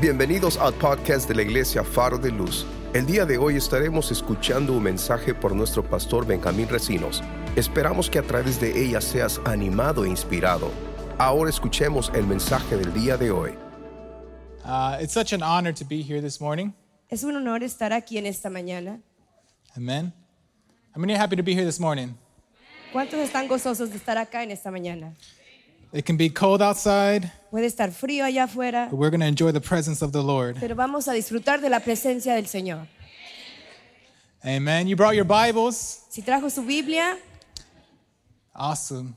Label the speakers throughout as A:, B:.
A: Bienvenidos al podcast de la iglesia Faro de Luz. El día de hoy estaremos escuchando un mensaje por nuestro pastor Benjamín Recinos. Esperamos que a través de ella seas animado e inspirado. Ahora escuchemos el mensaje del día de hoy.
B: Uh, it's such an honor to be here this morning.
C: Es un honor estar aquí en esta mañana.
B: Amen. How many are happy to be here this morning?
C: ¿Cuántos están gozosos de estar acá en esta mañana?
B: It can be cold outside,
C: Puede estar frío allá afuera,
B: but we're going to enjoy the presence of the Lord.
C: pero vamos a disfrutar de la presencia del Señor.
B: Amen. You brought your Bibles?
C: Si trajo su Biblia,
B: Awesome.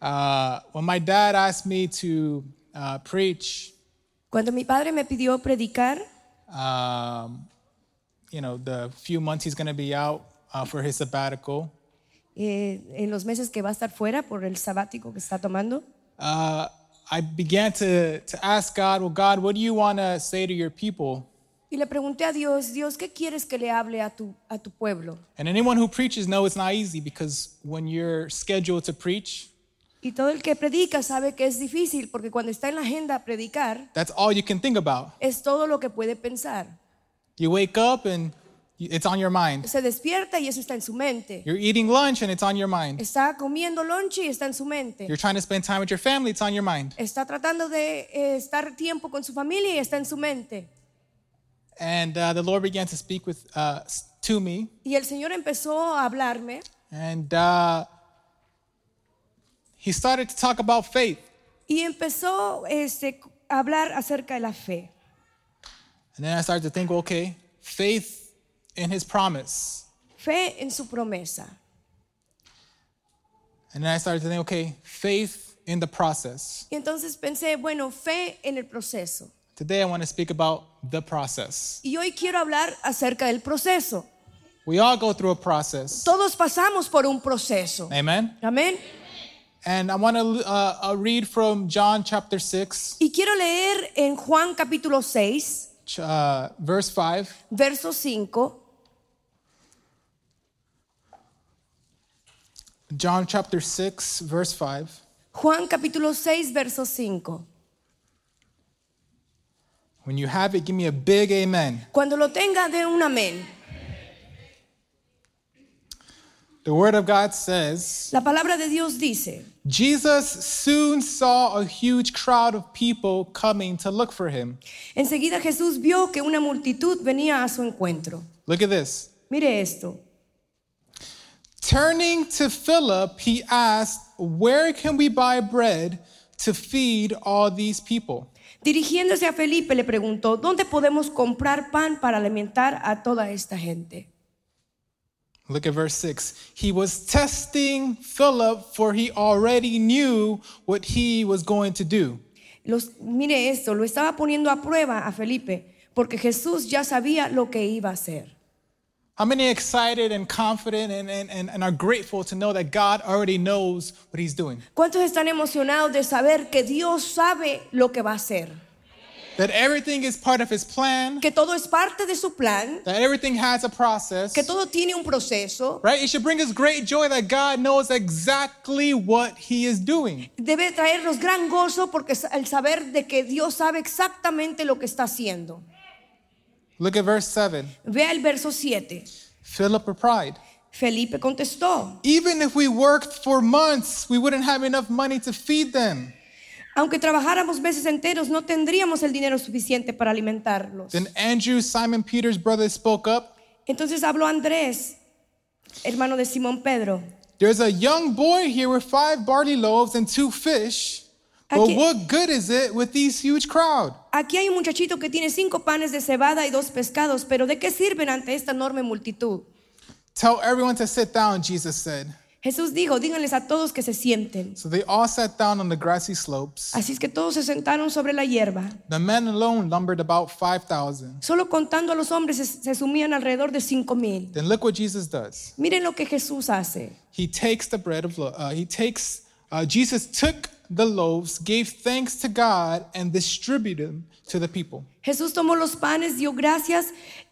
B: Uh, when my dad asked me to uh, preach,
C: cuando mi padre me pidió predicar,
B: um, you know, the few months he's going to be out uh, for his sabbatical,
C: eh, en los meses que va a estar fuera por el sabático que está tomando,
B: uh, I began to, to ask God, well, God, what do you want to say to your people?
C: y le pregunté a Dios, Dios, ¿qué quieres que le hable a tu, a tu pueblo?
B: And anyone who preaches know it's not easy because when you're scheduled to preach,
C: Y todo el que predica sabe que es difícil, porque cuando está en la agenda predicar,
B: that's all you can think about.
C: es todo lo que puede pensar.
B: You wake up and you- it's on your mind.
C: Se despierta y eso está en su mente.
B: You're eating lunch and it's on your mind.
C: Está comiendo lonche y está en su mente.
B: You're trying to spend time with your family, it's on your mind.
C: Está tratando de eh, estar tiempo con su familia y está en su mente.
B: And uh, the Lord began to speak with uh, s- to me,
C: Y el Señor empezó a hablarme
B: and uh, He started to talk about faith.
C: y empezó este, a hablar acerca de la fe.
B: And then I started to think, okay, faith in His promise.
C: Fe en su promesa.
B: And then I started to think, okay, faith in the process.
C: Y entonces pensé, bueno, fe en el proceso.
B: Today I want to speak about the process.
C: Y hoy quiero hablar acerca del proceso.
B: We all go through a process.
C: Todos pasamos por un proceso.
B: Amen.
C: Amén.
B: And I want to uh, uh, read from John chapter 6,
C: Y quiero leer en Juan capítulo 6,
B: ch- uh, verse 5.
C: verso 5.
B: John chapter 6, verse 5.
C: Juan capítulo 6, verso 5.
B: When you have it, give me a big amen.
C: Cuando lo tenga, de un amén.
B: The word of God says
C: La palabra de Dios dice,
B: Jesus soon saw a huge crowd of people coming to look for him.
C: enseguida Jesús vio que una multitud venía a su encuentro.
B: Look at this.
C: Mire esto.
B: Turning to Philip, he asked, Where can we buy bread to feed all these people?
C: Dirigiéndose a Felipe le preguntó, ¿dónde podemos comprar pan para alimentar a toda esta gente?
B: Look at verse 6. He was testing Philip, for he already knew what he was going to do.
C: Los, mire esto, lo estaba poniendo a prueba a Felipe, porque Jesús ya sabía lo que iba a hacer.
B: How many are excited and confident and, and, and, and are grateful to know that God already knows what he's doing?
C: ¿Cuántos están emocionados de saber que Dios sabe lo que va a hacer?
B: That everything is part of his plan,
C: Que todo es parte de su plan,
B: that everything has a process.
C: que todo tiene un proceso.
B: Right? It should bring us great joy that God knows exactly what he is doing.
C: Debe traernos gran gozo porque es el saber de que Dios sabe exactamente lo que está haciendo.
B: Look at verse 7.
C: Vea el verso 7.
B: Philip replied,
C: Felipe contestó,
B: Even if we worked for months, we wouldn't have enough money to feed them.
C: aunque trabajáramos meses enteros, no tendríamos el dinero suficiente para alimentarlos.
B: Then Andrew, Simon Peter's brother, spoke up.
C: Entonces habló Andrés, hermano de Simón Pedro.
B: There's a young boy here with five barley loaves and two fish. But
C: Okay.
B: what good is it with these huge crowd?
C: Aquí hay un muchachito que tiene cinco panes de cebada y dos pescados, pero ¿de qué sirven ante esta enorme multitud?
B: Tell everyone to sit down, Jesus said.
C: Jesús dijo, díganles a todos que se sienten.
B: So they all sat down on the grassy slopes.
C: Así es que todos se sentaron sobre la hierba.
B: The men alone numbered about 5,000.
C: Solo contando a los hombres se, se sumían alrededor de cinco mil.
B: Then look what Jesus does.
C: Miren lo que Jesús hace.
B: He takes the bread of lo- uh, he takes uh, Jesus took the loaves, gave thanks to God, and distributed them to the people.
C: Jesús tomó los panes, dio gracias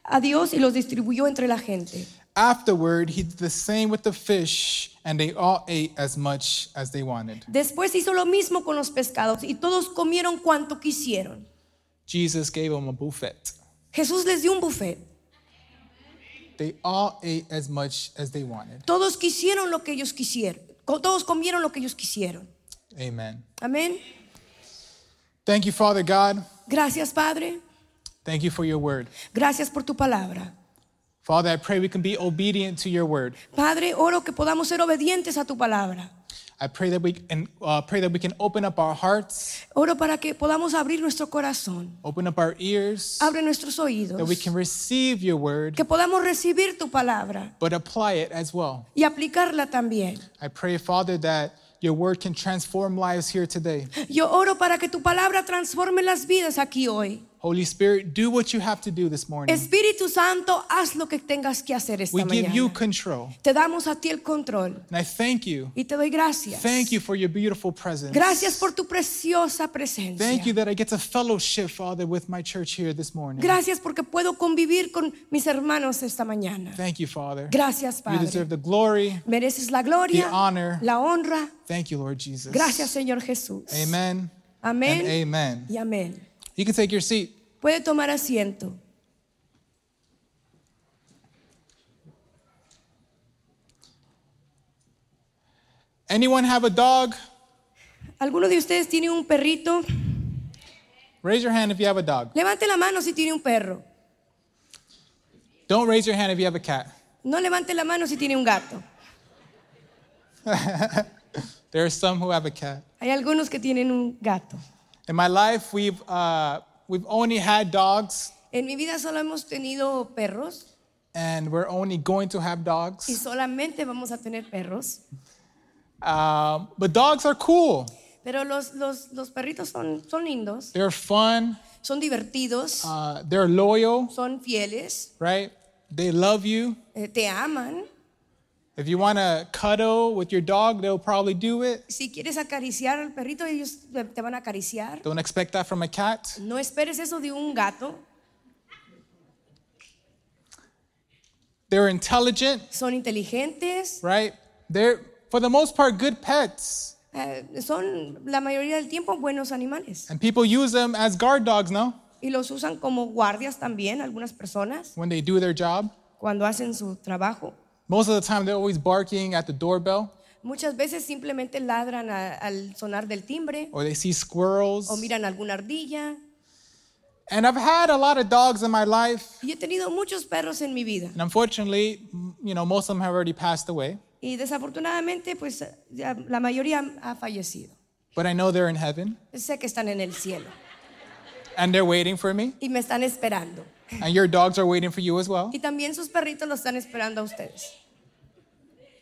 C: a Dios y los distribuyó entre la gente.
B: Afterward, he did the same with the fish, and they all ate as much as they wanted.
C: Después hizo lo mismo con los pescados y todos comieron cuanto quisieron.
B: Jesus gave them a buffet.
C: Jesús les dio un buffet.
B: They all ate as much as they wanted.
C: Todos quisieron lo que ellos quisieron. Co- Todos comieron lo que ellos quisieron.
B: Amen.
C: Amén.
B: Thank you, Father God.
C: Gracias, Padre.
B: Thank you for your word.
C: Gracias por tu palabra.
B: Father, I pray we can be obedient to your word.
C: Padre, oro que podamos ser obedientes a tu palabra.
B: I pray that we and uh, pray that we can open up our hearts,
C: Oro para que podamos abrir nuestro corazón.
B: open up our ears,
C: Abre nuestros
B: that we
C: oídos.
B: can receive your word,
C: Que podamos recibir tu palabra
B: but apply it as well.
C: y aplicarla también.
B: I pray, Father, that your word can transform lives here today.
C: Yo oro para que tu palabra transforme las vidas aquí hoy.
B: Holy Spirit, do what you have to do this morning.
C: Espíritu Santo, haz lo que tengas que hacer esta
B: We give
C: mañana.
B: you control.
C: Te damos a ti el control
B: And I thank you.
C: y te doy gracias.
B: Thank you for your beautiful presence.
C: Gracias por tu preciosa presencia.
B: Thank you that I get to fellowship, Father, with my church here this morning.
C: Gracias porque puedo convivir con mis hermanos esta mañana.
B: Thank you, Father.
C: Gracias,
B: You
C: Padre.
B: deserve the glory.
C: Mereces la gloria,
B: The honor.
C: la honra.
B: Thank you, Lord Jesus.
C: Gracias, Señor Jesús.
B: Amen.
C: Amén
B: And amen.
C: y amén.
B: You can take your seat.
C: Puede tomar asiento.
B: Anyone have a dog?
C: ¿Alguno de ustedes tiene un perrito?
B: Raise your hand if you have a dog.
C: Levante la mano si tiene un perro.
B: Don't raise your hand if you have a cat.
C: No levante la mano si tiene un gato.
B: There are some who have a cat.
C: Hay algunos que tienen un gato.
B: In my life, we've uh, we've only had dogs,
C: En mi vida solo hemos tenido perros
B: and we're only going to have
C: y
B: dogs.
C: solamente vamos a tener perros.
B: Um, but dogs are cool.
C: Pero los, los, los perritos son, son lindos,
B: They're fun.
C: son divertidos,
B: Uh, they're loyal,
C: son fieles,
B: right? They love you.
C: eh, te aman.
B: If you want to cuddle with your dog, they'll probably do it.
C: Si quieres acariciar al perrito, ellos te- te van a acariciar.
B: Don't expect that from a cat.
C: No esperes eso de un gato.
B: They're intelligent,
C: Son inteligentes,
B: right? They're, for the most part, good pets.
C: eh, son la mayoría del tiempo buenos animales.
B: And people use them as guard dogs, no?
C: Y los usan como guardias también algunas personas
B: When they do their job.
C: cuando hacen su trabajo.
B: Most of the time, they're always barking at the doorbell,
C: Muchas veces simplemente ladran a- al sonar del timbre
B: or they see squirrels.
C: o miran alguna ardilla.
B: And I've had a lot of dogs in my life,
C: Y he tenido muchos perros en mi vida.
B: and unfortunately, m- you know, most of them have already passed away.
C: Y desafortunadamente, pues ya la mayoría ha fallecido.
B: But I know they're in heaven,
C: Sé que están en el cielo
B: and they're waiting for me,
C: y me están esperando.
B: and your dogs are waiting for you as well.
C: Y también sus perritos lo están esperando a ustedes.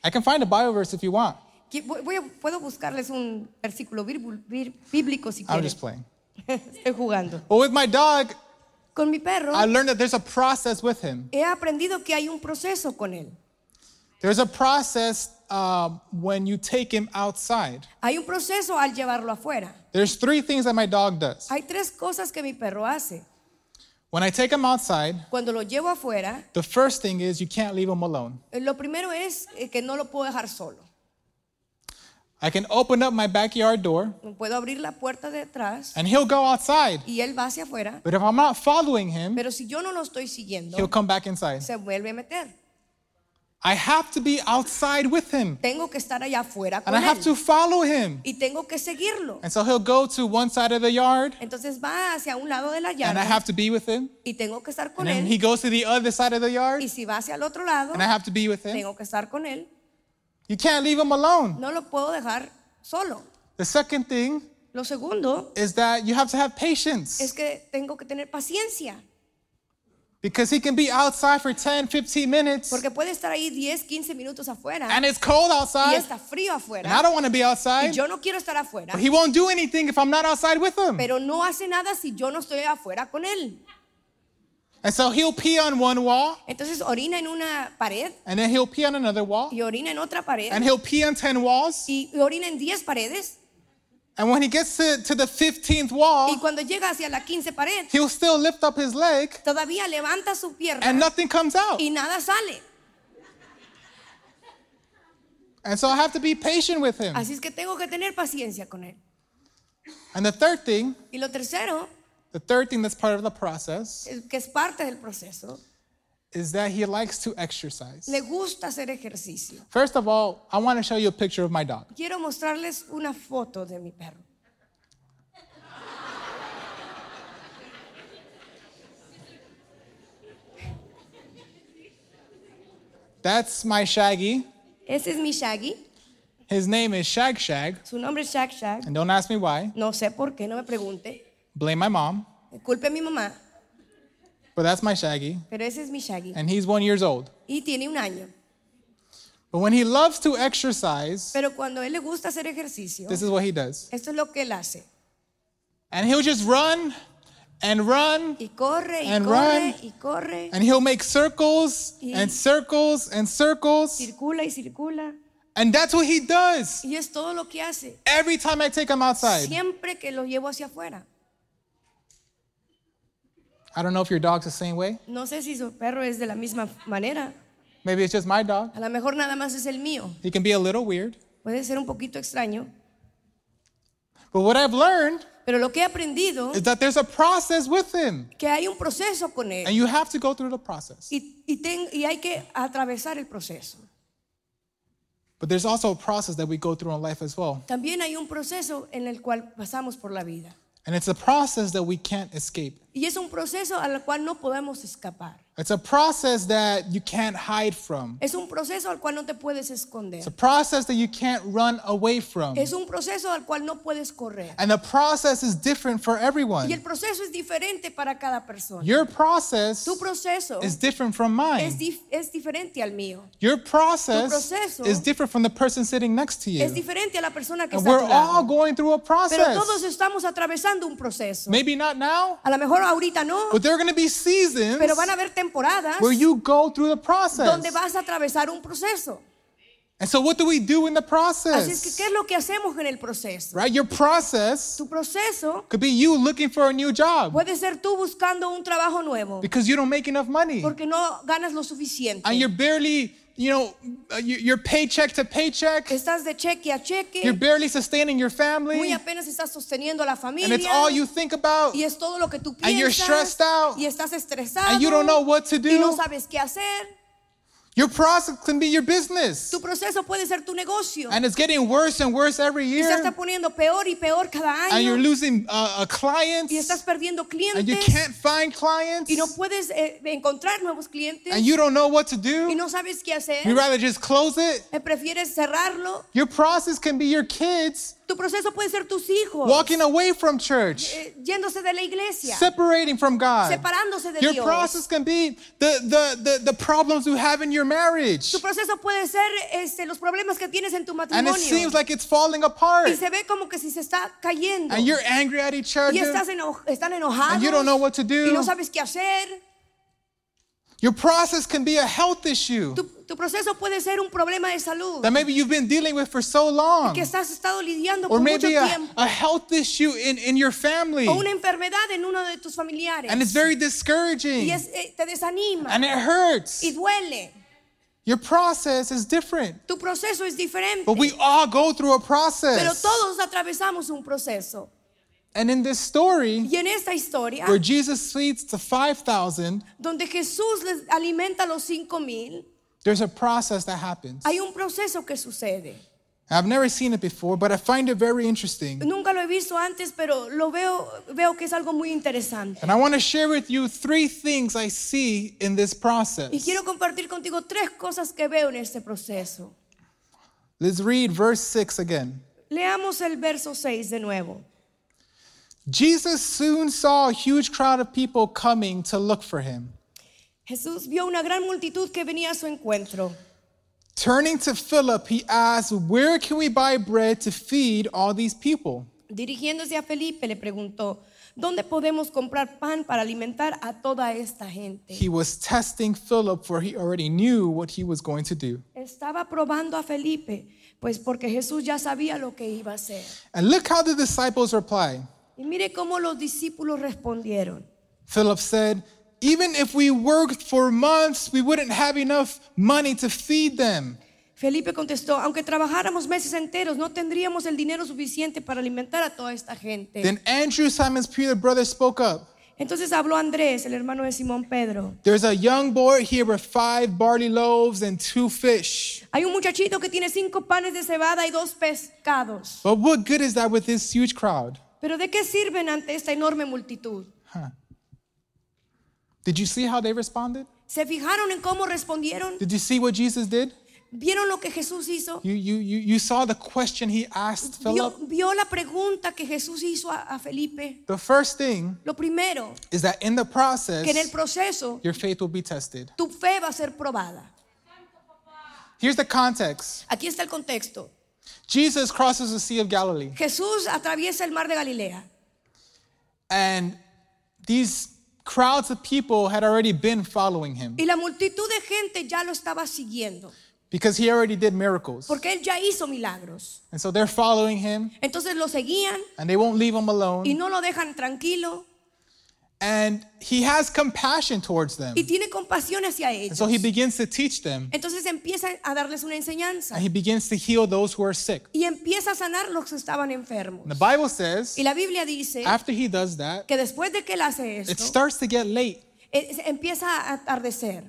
B: I can find a Bible verse if you want.
C: Qui- voy- voy a- puedo buscarles un versículo bíbul- bí- bíblico si
B: I'm
C: quieren.
B: just playing.
C: Estoy jugando.
B: But with my dog,
C: Con mi perro
B: I learned that there's a process with him.
C: he aprendido que hay un proceso con él.
B: There's a process um, when you take him outside.
C: Hay un proceso al llevarlo afuera.
B: There's three things that my dog does.
C: Hay tres cosas que mi perro hace.
B: When I take him outside,
C: Cuando lo llevo afuera,
B: the first thing is you can't leave him alone.
C: eh, lo primero es eh, que no lo puedo dejar solo.
B: I can open up my backyard door
C: Puedo abrir la puerta de atrás
B: and he'll go outside.
C: y él va hacia afuera,
B: But if I'm not following him,
C: pero si yo no lo estoy
B: he'll
C: siguiendo,
B: come back inside.
C: se vuelve a meter.
B: I have to be outside with him
C: Tengo que estar allá afuera con
B: and I have to
C: él
B: follow him.
C: y tengo que seguirlo.
B: And so he'll go to one side of the yard
C: Entonces va hacia un lado de la
B: and I
C: yarda
B: have to be with him.
C: y tengo que estar
B: And
C: con
B: then he
C: él.
B: goes to the other side of the yard
C: Y si va hacia el otro lado,
B: and I have to be with him.
C: tengo que estar con él.
B: You can't leave him alone.
C: No lo puedo dejar solo.
B: The second thing
C: Lo segundo
B: is that you have to have
C: es
B: patience
C: que tengo que tener paciencia,
B: because he can be outside for 10, 15 minutes
C: porque puede estar ahí 10, 15 minutos afuera
B: and it's cold
C: y
B: outside
C: está frío
B: and I
C: afuera.
B: don't want to be
C: Y
B: outside.
C: yo no quiero estar afuera,
B: But he won't do anything if I'm not outside with him.
C: pero no hace nada si yo no estoy afuera con él.
B: And so he'll pee on one wall
C: Entonces orina en una pared
B: and then he'll pee on another wall
C: y orina en otra pared
B: and he'll pee on 10 walls.
C: y y orina en 10 paredes
B: And when he gets to, to the 15th wall,
C: y cuando llega hacia la 15 pared
B: he'll still lift up his leg
C: todavía levanta su
B: and
C: pierna
B: nothing comes out.
C: y nada sale.
B: And so I have to be patient with him.
C: Así es que tengo que tener paciencia con él.
B: And the third thing
C: Y lo tercero
B: The third thing that's part of the process
C: es- que es parte del proceso,
B: is that he likes to exercise.
C: le gusta hacer ejercicio.
B: First of all, I want to show you a picture of my dog.
C: Quiero mostrarles una foto de mi perro.
B: That's my Shaggy.
C: Ese es mi Shaggy.
B: His name is Shag Shag,
C: Su nombre es Shag Shag.
B: and don't ask me why.
C: No sé por qué, no me pregunte.
B: Blame my mom,
C: Disculpe a mi mamá,
B: but that's my Shaggy,
C: pero ese es mi Shaggy.
B: and he's one years old.
C: Y tiene un año.
B: But when he loves to exercise,
C: Pero cuando a él le gusta hacer ejercicio,
B: this is what he does.
C: esto es lo que él hace.
B: And he'll just run and run,
C: Y corre, y
B: And
C: corre,
B: run.
C: y corre.
B: and he'll make circles and circles and circles,
C: Circula y circula.
B: and that's what he does.
C: Y es todo lo que hace.
B: Every time I take him outside,
C: Siempre que lo llevo hacia afuera.
B: I don't know if your dog's the same way.
C: No sé si su perro es de la misma manera.
B: Maybe it's just my dog.
C: A lo mejor nada más es el mío.
B: He can be a little weird.
C: Puede ser un poquito extraño.
B: But what I've learned
C: Pero lo que he aprendido
B: is that there's a process with him,
C: que hay un proceso con él.
B: and you have to go through the process.
C: Y, y ten- y hay que atravesar el proceso.
B: But there's also a process that we go through in life as well.
C: También hay un proceso en el cual pasamos por la vida.
B: And it's a process that we can't escape.
C: Y es un proceso al cual no podemos escapar.
B: It's a process that you can't hide from.
C: Es un proceso al cual no te puedes esconder.
B: It's a process that you can't run away from.
C: Es un proceso al cual no puedes correr.
B: And the process is different for
C: Y el
B: everyone.
C: proceso es diferente para cada persona.
B: Your process
C: Tu proceso
B: is different from
C: es,
B: mine.
C: dif- es diferente al mío.
B: Your process
C: proceso
B: is different from the person sitting next to
C: Es
B: you.
C: diferente a la persona que
B: And
C: está a
B: we're
C: tu
B: all
C: lado.
B: going through a
C: Pero todos
B: process.
C: estamos atravesando un proceso.
B: Maybe not now,
C: A lo mejor ahorita no,
B: but there are going to be seasons
C: pero van a haber temporadas
B: where you go through the process.
C: donde vas a atravesar un proceso.
B: And so, what do we do in the
C: Así es que,
B: process?
C: ¿qué es lo que hacemos en el proceso?
B: Right? Your process
C: Tu proceso
B: could be you looking for a new job
C: puede ser tú buscando un trabajo nuevo
B: because you don't make enough money
C: porque no ganas lo suficiente.
B: and you're barely, you know, uh, you- you're paycheck to paycheck.
C: Estás de cheque a
B: You're
C: cheque,
B: barely sustaining your
C: muy
B: family
C: apenas estás sosteniendo a
B: and
C: la
B: it's
C: familia
B: all you think about
C: y es todo lo que tú
B: And you're
C: piensas
B: stressed out.
C: y estás estresado
B: and you don't know what to
C: y no
B: do.
C: sabes qué hacer.
B: Your process can be your business
C: Tu proceso puede ser tu negocio
B: and it's getting worse and worse every
C: y se está
B: year
C: poniendo peor y peor cada
B: and you're
C: año
B: losing uh, uh,
C: y
B: clients
C: estás perdiendo
B: and you
C: clientes
B: can't find clients
C: y no puedes eh, encontrar nuevos clientes
B: and you don't know what to
C: y
B: do.
C: no sabes qué hacer.
B: You rather just close it.
C: Eh, Prefieres cerrarlo.
B: Your process can be your kids
C: Tu proceso puede ser tus hijos
B: walking away from church,
C: eh, yéndose de la iglesia,
B: separating from God.
C: separándose de
B: Your
C: Dios.
B: process can be the, the, the, the problems you have in your marriage.
C: Tu proceso puede ser este, los problemas que tienes en tu
B: And
C: matrimonio.
B: it seems like it's falling
C: y
B: apart.
C: se ve como que si se está cayendo.
B: And you're angry at each
C: y
B: other.
C: estás eno- están enojados.
B: And you don't know what to
C: Y
B: do.
C: no sabes qué hacer.
B: Your process can be a health issue
C: Tu, tu proceso puede ser un problema de salud
B: that maybe you've been dealing with for so long.
C: que estás estado lidiando
B: Or
C: por mucho
B: maybe a,
C: tiempo.
B: a health issue in, in your family.
C: o una enfermedad en uno de tus familiares.
B: And it's very
C: y
B: discouraging.
C: es, eh, te desanima
B: And it hurts.
C: y duele.
B: Your process is different.
C: Tu proceso es diferente.
B: But we all go through a
C: Pero
B: process.
C: todos atravesamos un proceso.
B: And in this story,
C: Y en esta historia,
B: where Jesus feeds the 5,000,
C: donde Jesús les alimenta a los cinco mil,
B: there's a process that happens.
C: hay un proceso que sucede.
B: I've never seen it before, but I find it very interesting.
C: Nunca lo he visto antes, pero lo veo, veo que es algo muy interesante.
B: And I want to share with you three things I see in this
C: Y
B: process.
C: quiero compartir contigo tres cosas que veo en este proceso.
B: Let's read verse 6 again.
C: Leamos el verso 6 de nuevo.
B: Jesus soon saw a huge crowd of people coming to look for him.
C: Jesús vio una gran multitud que venía a su encuentro.
B: Turning to Philip, he asked, Where can we buy bread to feed all these people?
C: Dirigiéndose a Felipe le preguntó, ¿dónde podemos comprar pan para alimentar a toda esta gente?
B: He was testing Philip, for he already knew what he was going to do.
C: Estaba probando a Felipe, pues porque Jesús ya sabía lo que iba a hacer.
B: And look how the disciples reply.
C: Y mire cómo los discípulos respondieron.
B: Philip said, Even if we worked for months, we wouldn't have enough money to feed them.
C: Felipe contestó, aunque trabajáramos meses enteros, no tendríamos el dinero suficiente para alimentar a toda esta gente.
B: Then Andrew, Simon's Peter's brother, spoke up.
C: Entonces habló Andrés, el hermano de Simón Pedro.
B: There's a young boy here with five barley loaves and two fish.
C: Hay un muchachito que tiene cinco panes de cebada y dos pescados.
B: But what good is that with this huge crowd?
C: Pero ¿de qué sirven ante esta enorme multitud?
B: Huh. Did you see how they responded?
C: ¿Se fijaron en cómo respondieron?
B: Did you see what Jesus did?
C: ¿Vieron lo que Jesús hizo?
B: You, you, you, you saw the question he asked
C: ¿Vio,
B: Philip.
C: vio la pregunta que Jesús hizo a, a Felipe?
B: The first thing
C: Lo primero,
B: is that in the
C: que en
B: process,
C: el proceso
B: your faith will be tested.
C: tu fe va a ser probada.
B: Here's the context
C: Aquí está el contexto.
B: Jesus crosses the Sea of Galilee,
C: Jesús atraviesa el mar de Galilea
B: and these crowds of people had already been following him
C: y la multitud de gente ya lo estaba siguiendo
B: because he already did miracles.
C: porque él ya hizo milagros.
B: And so they're following him,
C: Entonces lo seguían
B: and they won't leave him
C: y
B: alone.
C: no lo dejan tranquilo
B: And he has compassion towards them.
C: y tiene compasión hacia
B: And
C: ellos.
B: so he begins to teach them,
C: Entonces empieza a darles una enseñanza
B: and he begins to heal those who are sick.
C: y empieza a sanar los que estaban enfermos.
B: And the Bible says,
C: Y la Biblia dice
B: after he does that,
C: que después de que él hace
B: it
C: esto,
B: starts to get late,
C: es- empieza a atardecer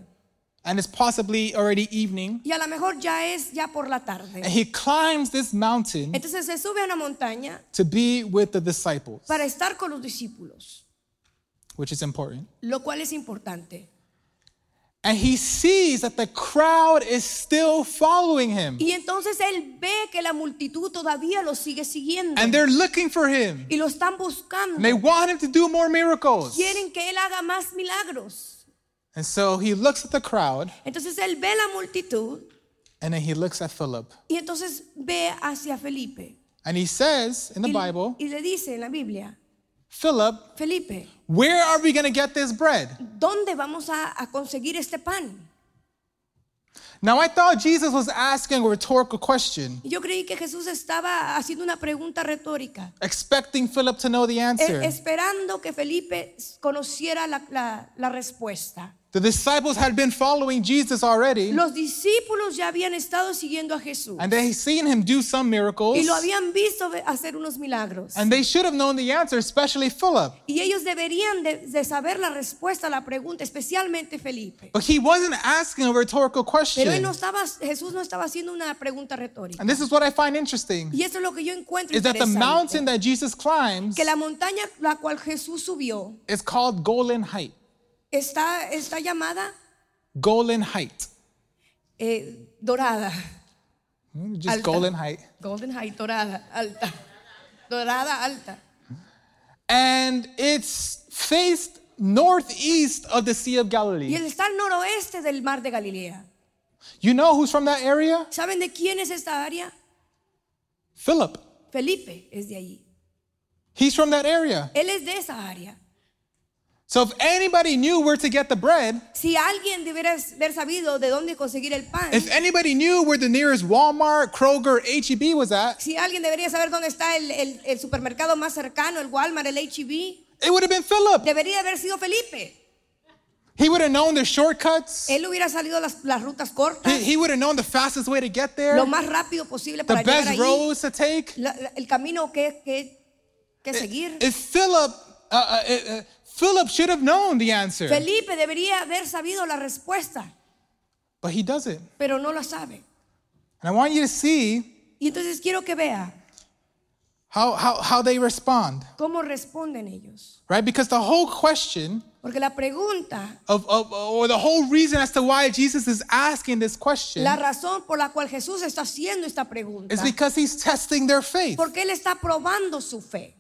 B: and it's possibly already evening.
C: y a lo mejor ya es ya por la
B: And
C: tarde.
B: he climbs this mountain
C: Entonces se sube a una montaña
B: to be with the disciples,
C: para estar con los discípulos,
B: which is important.
C: lo cual es importante.
B: And he sees that the crowd is still following him,
C: Y entonces él ve que la multitud todavía lo sigue siguiendo
B: and they're looking for him,
C: y lo están
B: and they
C: buscando.
B: want him to do more miracles.
C: Quieren que él haga más milagros.
B: And so he looks at the crowd,
C: Entonces él ve la multitud
B: and then he looks at Philip,
C: y entonces ve hacia Felipe.
B: and he says in the
C: Y,
B: Bible,
C: y le dice en la Biblia,
B: Philip,
C: Felipe,
B: where are we going to get this bread?
C: ¿dónde vamos a, a conseguir este pan?
B: Now, I thought Jesus was asking a rhetorical question,
C: Y Yo creí que Jesús estaba haciendo una pregunta retórica,
B: expecting Philip to know the
C: e-
B: answer.
C: esperando que Felipe conociera la- la- la respuesta.
B: The disciples had been following Jesus already,
C: Los discípulos ya habían estado siguiendo a Jesús
B: and they had seen him do some miracles,
C: y lo habían visto ve- hacer unos milagros.
B: and they should have known the answer, especially Philip.
C: Y ellos deberían de, de saber la respuesta a la pregunta, especialmente Felipe.
B: But he wasn't asking a rhetorical
C: Pero él
B: question.
C: no estaba, Jesús no estaba haciendo una pregunta retórica.
B: And this is what I find interesting
C: Y eso es lo que yo encuentro
B: is that the mountain
C: interesante.
B: that Jesus climbs
C: Que la montaña la cual Jesús subió
B: is called Golan Height.
C: está, está llamada
B: Golan Height.
C: eh, dorada.
B: Mm, Just
C: Alta.
B: Golan Height.
C: Golden High, dorada, alta. Dorada, alta.
B: And it's faced northeast of the Sea of
C: Y
B: Galilee.
C: él está al noroeste del mar de Galilea.
B: You know who's from that area?
C: ¿Saben de quién es esta área?
B: Philip.
C: Felipe es de allí.
B: He's from that area.
C: Él es de esa área.
B: So if anybody knew where to get the bread,
C: Si alguien debiera haber sabido de dónde conseguir el pan,
B: if anybody knew where the nearest Walmart, Kroger, HEB was at,
C: si alguien debería saber dónde está el, el- el supermercado más cercano, el Walmart, el HEB,
B: it would have been Philip.
C: debería haber sido Felipe.
B: He would have known the shortcuts.
C: Él hubiera salido las, las rutas
B: He,
C: cortas,
B: he would have known the fastest way to get there,
C: lo más rápido posible
B: the
C: para llegar
B: best
C: ahí,
B: roads to take.
C: la- la- el camino que, que,
B: Eh,
C: que seguir.
B: If Philip, uh, uh, uh, uh, Philip should have known the answer,
C: Felipe debería haber sabido la respuesta,
B: but he doesn't.
C: pero no la sabe.
B: And I want you to see
C: Y entonces quiero que vea
B: how, how, how they respond,
C: cómo responden ellos.
B: right? Because the whole question
C: Porque la pregunta
B: of, of uh, or the whole reason as to why Jesus is asking this question
C: La razón por la cual Jesús está haciendo esta pregunta.
B: is because he's testing their faith.
C: Porque Él está probando su fe.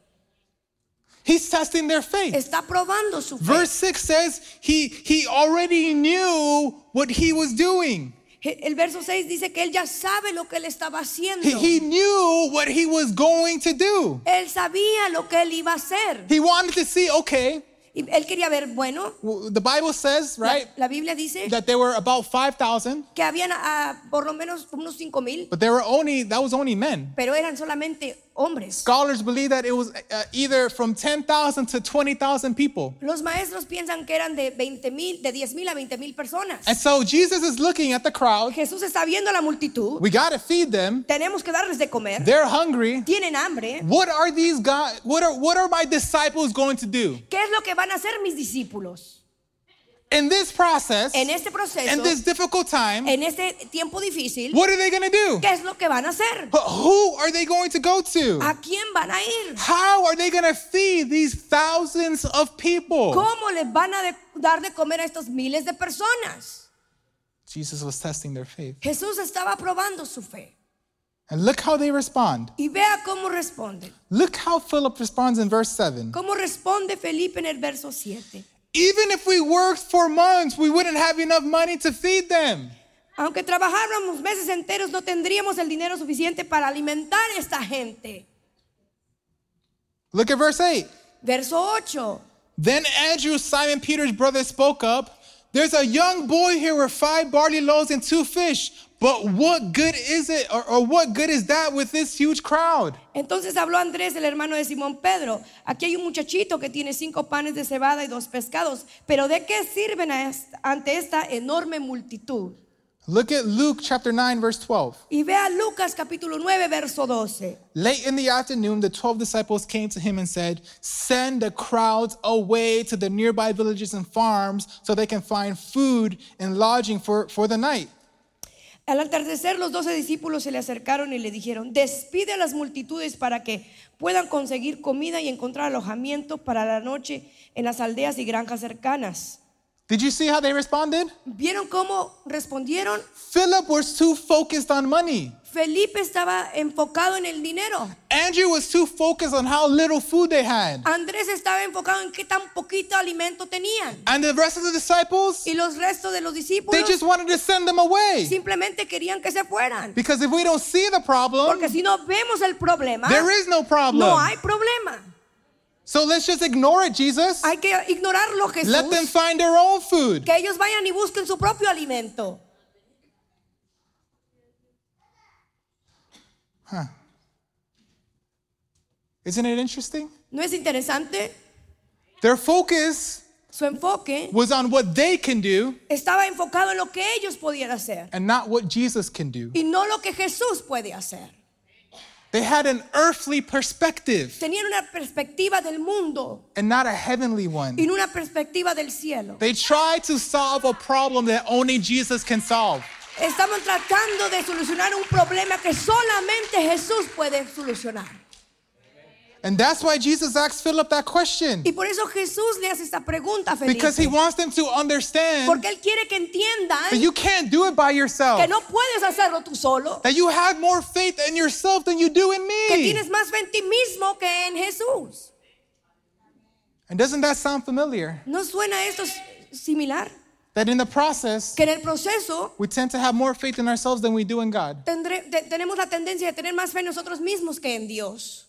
B: He's testing their faith.
C: Está probando su fe.
B: Verse 6 says he he already knew what he was doing.
C: El verso 6 dice que Él ya sabe lo que Él estaba haciendo.
B: He, he knew what he was going to do.
C: él sabía lo que Él iba a hacer.
B: He wanted to see, okay,
C: Y él quería ver, bueno,
B: w- the Bible says,
C: la-
B: right,
C: la, Biblia dice
B: that there were about 5,000,
C: que habían ah, por lo menos unos 5 mil,
B: but there were only, that was only men.
C: pero eran solamente hombres.
B: Scholars believe that it was uh, either from 10,000 to 20,000 people.
C: Los maestros piensan que eran de 20 mil, de 10 mil a 20 mil personas.
B: And so Jesus is looking at the crowd.
C: Jesús está viendo a la multitud.
B: We got to feed them.
C: Tenemos que darles de comer.
B: They're hungry.
C: Tienen hambre.
B: What are these guys? What are what are my disciples going to do?
C: ¿Qué es lo que van a hacer mis discípulos?
B: In this process,
C: En este proceso,
B: in this difficult time,
C: en este tiempo difícil,
B: what are they going to do?
C: ¿qué es lo que van a hacer?
B: But who are they going to go to?
C: ¿A quién van a ir?
B: How are they going to feed these thousands of people?
C: ¿Cómo les van a de- dar de comer a estos miles de personas?
B: Jesus was testing their faith.
C: Jesús estaba probando su fe.
B: And look how they respond.
C: Y vea cómo responden.
B: Look how Philip responds in verse 7.
C: Cómo responde Felipe en el verso 7.
B: Even if we worked for months, we wouldn't have enough money to feed them.
C: Aunque trabajáramos meses enteros, no tendríamos el dinero suficiente para alimentar a esta gente.
B: Look at verse 8.
C: Verso 8.
B: Then Andrew, Simon Peter's brother, spoke up. There's a young boy here with five barley loaves and two fish. But what good is it, or, or what good is that with this huge crowd?
C: Entonces habló Andrés, el hermano de Simón Pedro. Aquí hay un muchachito que tiene cinco panes de cebada y dos pescados. Pero ¿de qué sirven a est- ante esta enorme multitud?
B: Look at Luke chapter 9, verse 12.
C: Y vea Lucas capítulo 9, verso 12.
B: Late in the afternoon, the 12 disciples came to him and said, Send the crowds away to the nearby villages and farms so they can find food and lodging for, for the night.
C: Al atardecer los doce discípulos se le acercaron y le dijeron, despide a las multitudes para que puedan conseguir comida y encontrar alojamiento para la noche en las aldeas y granjas cercanas.
B: Did you see how they responded?
C: ¿Vieron cómo respondieron?
B: Philip was too focused on money.
C: Felipe estaba enfocado en el dinero.
B: Andrew was too focused on how little food they had.
C: Andrés estaba enfocado en qué tan poquito alimento tenían.
B: And the rest of the disciples,
C: Y los restos de los discípulos
B: they just wanted to send them away.
C: simplemente querían que se fueran.
B: Because if we don't see the problem,
C: Porque si no vemos el problema,
B: there is no
C: no
B: problem.
C: hay problema.
B: So let's just ignore it, Jesus.
C: Hay que ignorarlo, Jesús.
B: Let them find their own food.
C: Que ellos vayan y busquen su propio alimento.
B: Isn't it interesting?
C: ¿No es interesante?
B: Their focus
C: Su enfoque
B: was on what they can do
C: estaba enfocado en lo que ellos podían hacer
B: and not what Jesus can do.
C: y no lo que Jesús puede hacer.
B: They had an earthly perspective
C: Tenían una perspectiva del mundo
B: and not a heavenly
C: y
B: one.
C: no una perspectiva del cielo.
B: They tried to solve a problem that only Jesus can solve.
C: Estaban tratando de solucionar un problema que solamente Jesús puede solucionar.
B: And that's why Jesus asked Philip that question.
C: Y por eso Jesús le hace esta pregunta a
B: Because he
C: Felipe.
B: wants them to understand
C: Porque Él quiere que entiendan
B: that you can't do it by yourself.
C: que no puedes hacerlo tú solo,
B: That you have more faith in yourself than you do in
C: que
B: me.
C: tienes más fe en ti mismo que en Jesús.
B: And doesn't that sound familiar?
C: ¿No suena esto s- similar?
B: That in the process,
C: Que en el proceso
B: we tend to have more faith in ourselves than we do in God.
C: tendré- te- tenemos la tendencia de tener más fe en nosotros mismos que en Dios.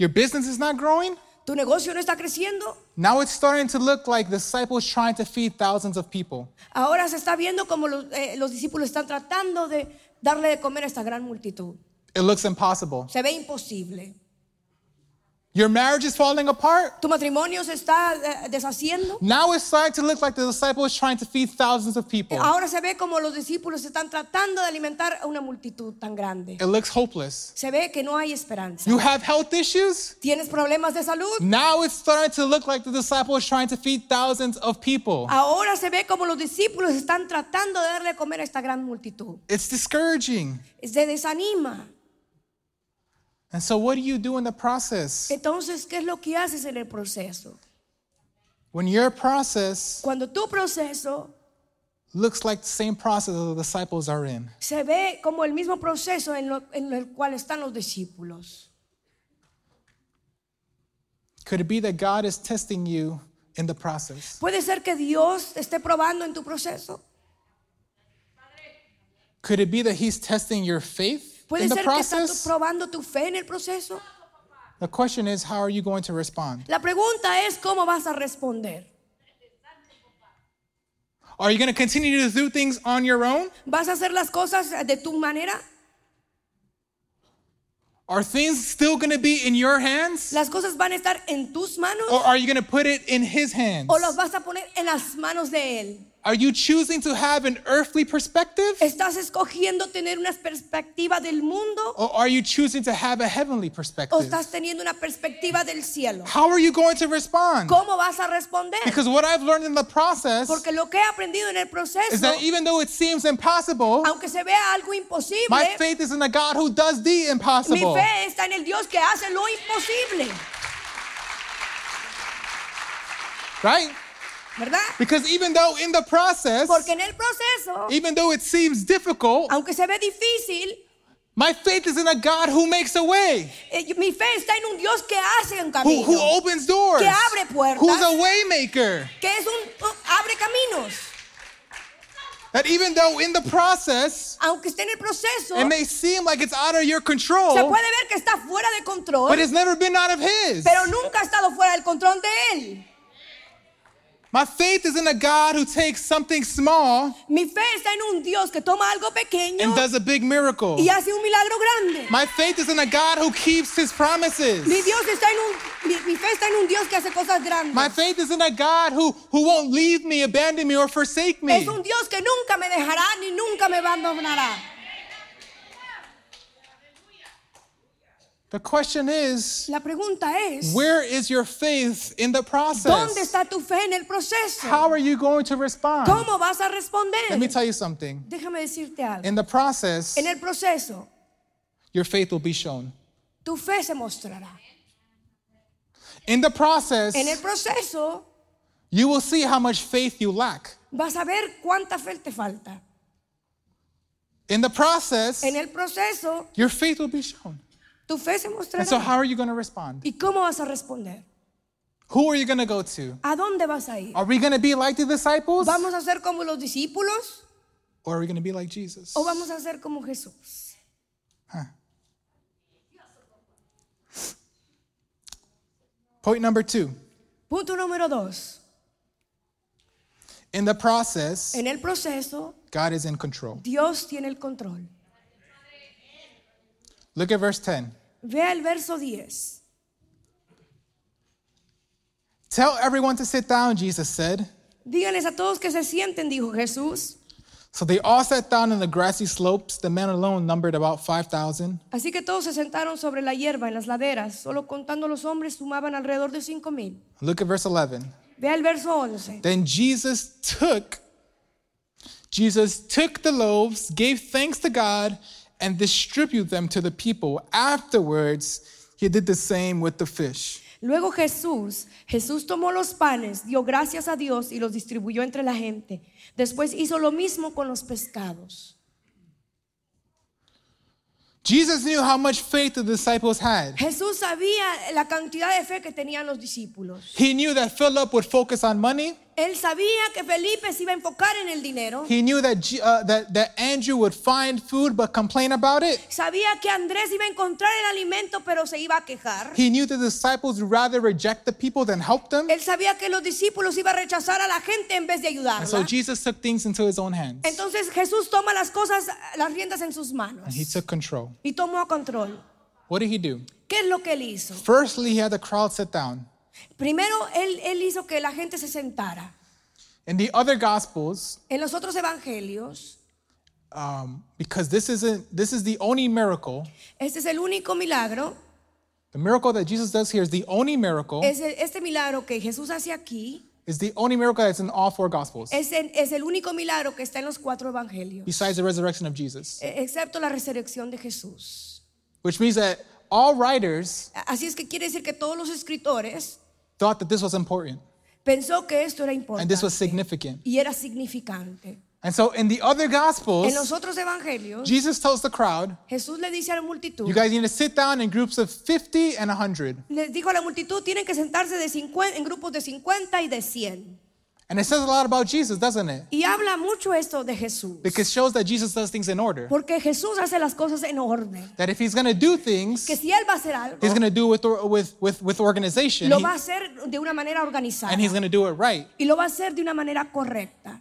B: Your business is not growing.
C: Tu negocio no está creciendo.
B: Now it's starting to look like disciples trying to feed thousands of people.
C: Ahora se está viendo como los, eh, los discípulos están tratando de darle de comer a esta gran multitud.
B: It looks impossible.
C: Se ve imposible.
B: Your marriage is falling apart.
C: Tu matrimonio se está eh, deshaciendo.
B: Now it's starting to look like the disciples trying to feed thousands of people.
C: Ahora se ve como los discípulos están tratando de alimentar a una multitud tan grande.
B: It looks hopeless.
C: Se ve que no hay esperanza.
B: You have health issues.
C: ¿Tienes problemas de salud?
B: Now it's starting to look like the disciples trying to feed thousands of people.
C: Ahora se ve como los discípulos están tratando de darle de comer a esta gran multitud.
B: It's discouraging.
C: Se desanima.
B: And so, what do you do in the process?
C: Entonces, ¿qué es lo que haces en el proceso?
B: When your process
C: Cuando tu proceso
B: looks like the same process that the disciples are in,
C: se ve como el mismo proceso en, lo- en el cual están los discípulos.
B: could it be that God is testing you in the process?
C: Puede ser que Dios te esté probando en tu proceso.
B: Could it be that He's testing your faith
C: Puede
B: in the
C: ser que estás
B: process?
C: tú probando tu fe en el proceso.
B: The question is, how are you going to respond?
C: La pregunta es cómo vas a responder.
B: Are you going to continue to do things on your own?
C: ¿Vas a hacer las cosas de tu manera?
B: Are things still going to be in your hands?
C: ¿Las cosas van a estar en tus manos
B: Or are you going to put it in His hands?
C: o las vas a poner en las manos de Él?
B: Are you choosing to have an earthly perspective?
C: ¿Estás escogiendo tener una perspectiva del mundo
B: Or are you choosing to have a heavenly
C: o
B: perspective?
C: estás teniendo una perspectiva del cielo?
B: How are you going to respond?
C: ¿Cómo vas a responder?
B: Because what I've learned in the process
C: Porque lo que he aprendido en el
B: is
C: proceso,
B: that even though it seems impossible,
C: aunque se vea algo
B: my
C: imposible,
B: faith is in a God who does the
C: mi
B: impossible.
C: fe está en el Dios que hace lo imposible,
B: Right?
C: ¿verdad?
B: Because even though in the process,
C: Porque en el proceso,
B: even though it seems difficult,
C: aunque se ve difícil,
B: my faith is in a God who makes a way,
C: eh, mi fe está en un Dios que hace un
B: who,
C: camino,
B: who opens doors,
C: Que abre puertas.
B: who's a way maker.
C: que es un un- abre caminos.
B: That even though in the process,
C: Aunque esté en el proceso,
B: it may seem like it's out of your control,
C: se puede ver que está fuera de control,
B: but it's never been out of His.
C: pero nunca ha estado fuera del control de Él.
B: My faith is in a God who takes something small
C: Mi fe está en un Dios que toma algo pequeño
B: and does a big miracle.
C: y hace un milagro grande.
B: My faith is in a God who keeps his promises.
C: Mi Dios está en un, mi, mi fe está en un Dios que hace cosas grandes.
B: My faith is in a God who, who won't leave me, abandon me, or forsake me.
C: es un Dios que nunca me dejará ni nunca me abandonará.
B: The question is,
C: La pregunta es,
B: where is your faith in the
C: ¿dónde
B: process?
C: está tu fe en el proceso?
B: How are you going to respond?
C: ¿Cómo vas a
B: Let me
C: responder?
B: tell you something.
C: Déjame decirte algo.
B: In the process,
C: En el proceso,
B: your faith will be shown.
C: tu fe se mostrará.
B: In the process,
C: En el proceso,
B: you will see how much faith you lack.
C: vas a ver cuánta fe te falta.
B: In the process,
C: En el proceso,
B: your faith will be shown.
C: tu fe se
B: And so,
C: mostrará.
B: how are you going to respond?
C: ¿Y cómo vas a responder?
B: Who are you going to go to?
C: ¿A dónde vas a ir?
B: Are we going to be like the disciples?
C: ¿Vamos a ser como los discípulos
B: Or are we going to be like Jesus?
C: o vamos a ser como Jesús?
B: Point number two
C: Punto número dos.
B: in the process,
C: En el proceso,
B: God is in control.
C: Dios tiene el control.
B: Look at verse 10.
C: Vea el verso 10.
B: Tell everyone to sit down, Jesus said.
C: Díganles a todos que se sienten, dijo Jesús.
B: So they all sat down on the grassy slopes. The men alone numbered about 5,000.
C: Así que todos se sentaron sobre la hierba en las laderas. Solo contando los hombres sumaban alrededor de cinco mil.
B: Look at verse 11.
C: Vea el verso 11.
B: Then Jesus took Jesus took the loaves, gave thanks to God, and distributed them to the people. Afterwards, he did the same with the fish.
C: Luego Jesús, Jesús tomó los panes, dio gracias a Dios y los distribuyó entre la gente. Después hizo lo mismo con los pescados.
B: Jesus knew how much faith the disciples had.
C: Jesús sabía la cantidad de fe que tenían los discípulos.
B: He knew that Philip would focus on money.
C: Él sabía que Felipe se iba a enfocar en el dinero.
B: He knew that, G- uh, that, that Andrew would find food but complain about it.
C: Sabía que Andrés iba a encontrar el alimento, pero se iba a quejar.
B: He knew the disciples would rather reject the people than help them.
C: Él sabía que los discípulos iban a rechazar a la gente en vez de
B: And so
C: ayudarla.
B: Jesus took things into his own hands
C: Entonces Jesús toma las cosas, las riendas en sus manos
B: and he took control.
C: y tomó control.
B: What did he do?
C: ¿Qué es lo que él hizo?
B: Firstly, he had the crowd sit down.
C: Primero él, él hizo que la gente se sentara.
B: In the other gospels,
C: En los otros evangelios,
B: um, because this isn't this is the only miracle,
C: este es el único milagro,
B: the miracle that Jesus does here is the only miracle,
C: es el- este milagro que Jesús hace aquí,
B: is the only miracle that's in all four gospels,
C: es el, es el único milagro que está en los cuatro evangelios,
B: besides the resurrection of Jesus.
C: e- excepto la resurrección de Jesús.
B: Which means that all writers
C: A- Así es que quiere decir que todos los escritores
B: thought that this was important
C: pensó que esto era
B: and this was
C: importante
B: significant.
C: y era significante.
B: And so in the other
C: En los
B: gospels,
C: otros evangelios,
B: Jesus tells the crowd,
C: Jesús le dice a la multitud,
B: you guys need to sit down in groups of 50 and 100.
C: les dijo a la multitud, tienen que sentarse de 50 en grupos de 50 y de 100.
B: And it says a lot about Jesus, doesn't it?
C: Y habla mucho esto de Jesús.
B: Because it shows that Jesus does things in order.
C: Porque Jesús hace las cosas en orden.
B: That if he's going to do things,
C: Que si Él va a hacer algo,
B: he's going to do it with, with, with, with organization.
C: lo
B: He-
C: va a hacer de una manera organizada.
B: and he's going to do it right.
C: Y lo va a hacer de una manera correcta.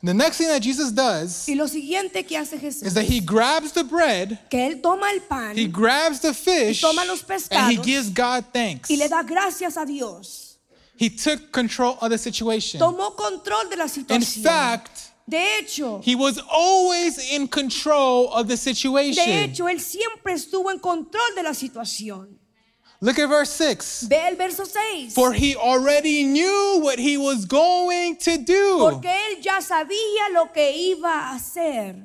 B: And the next thing that Jesus does
C: Y lo siguiente que hace Jesús
B: is that he grabs the bread,
C: que él toma el pan
B: he grabs the fish,
C: toma los
B: and he
C: pescados
B: gives God thanks.
C: y le da gracias a Dios.
B: He took control of the situation.
C: Tomó control de la
B: In
C: situación.
B: fact,
C: De hecho,
B: he was always in control of the
C: de
B: situation.
C: hecho, él siempre estuvo en control de la situación.
B: Look at verse 6.
C: Ve el verso 6.
B: For he already knew what he was going to do.
C: Porque él ya sabía lo que iba a hacer.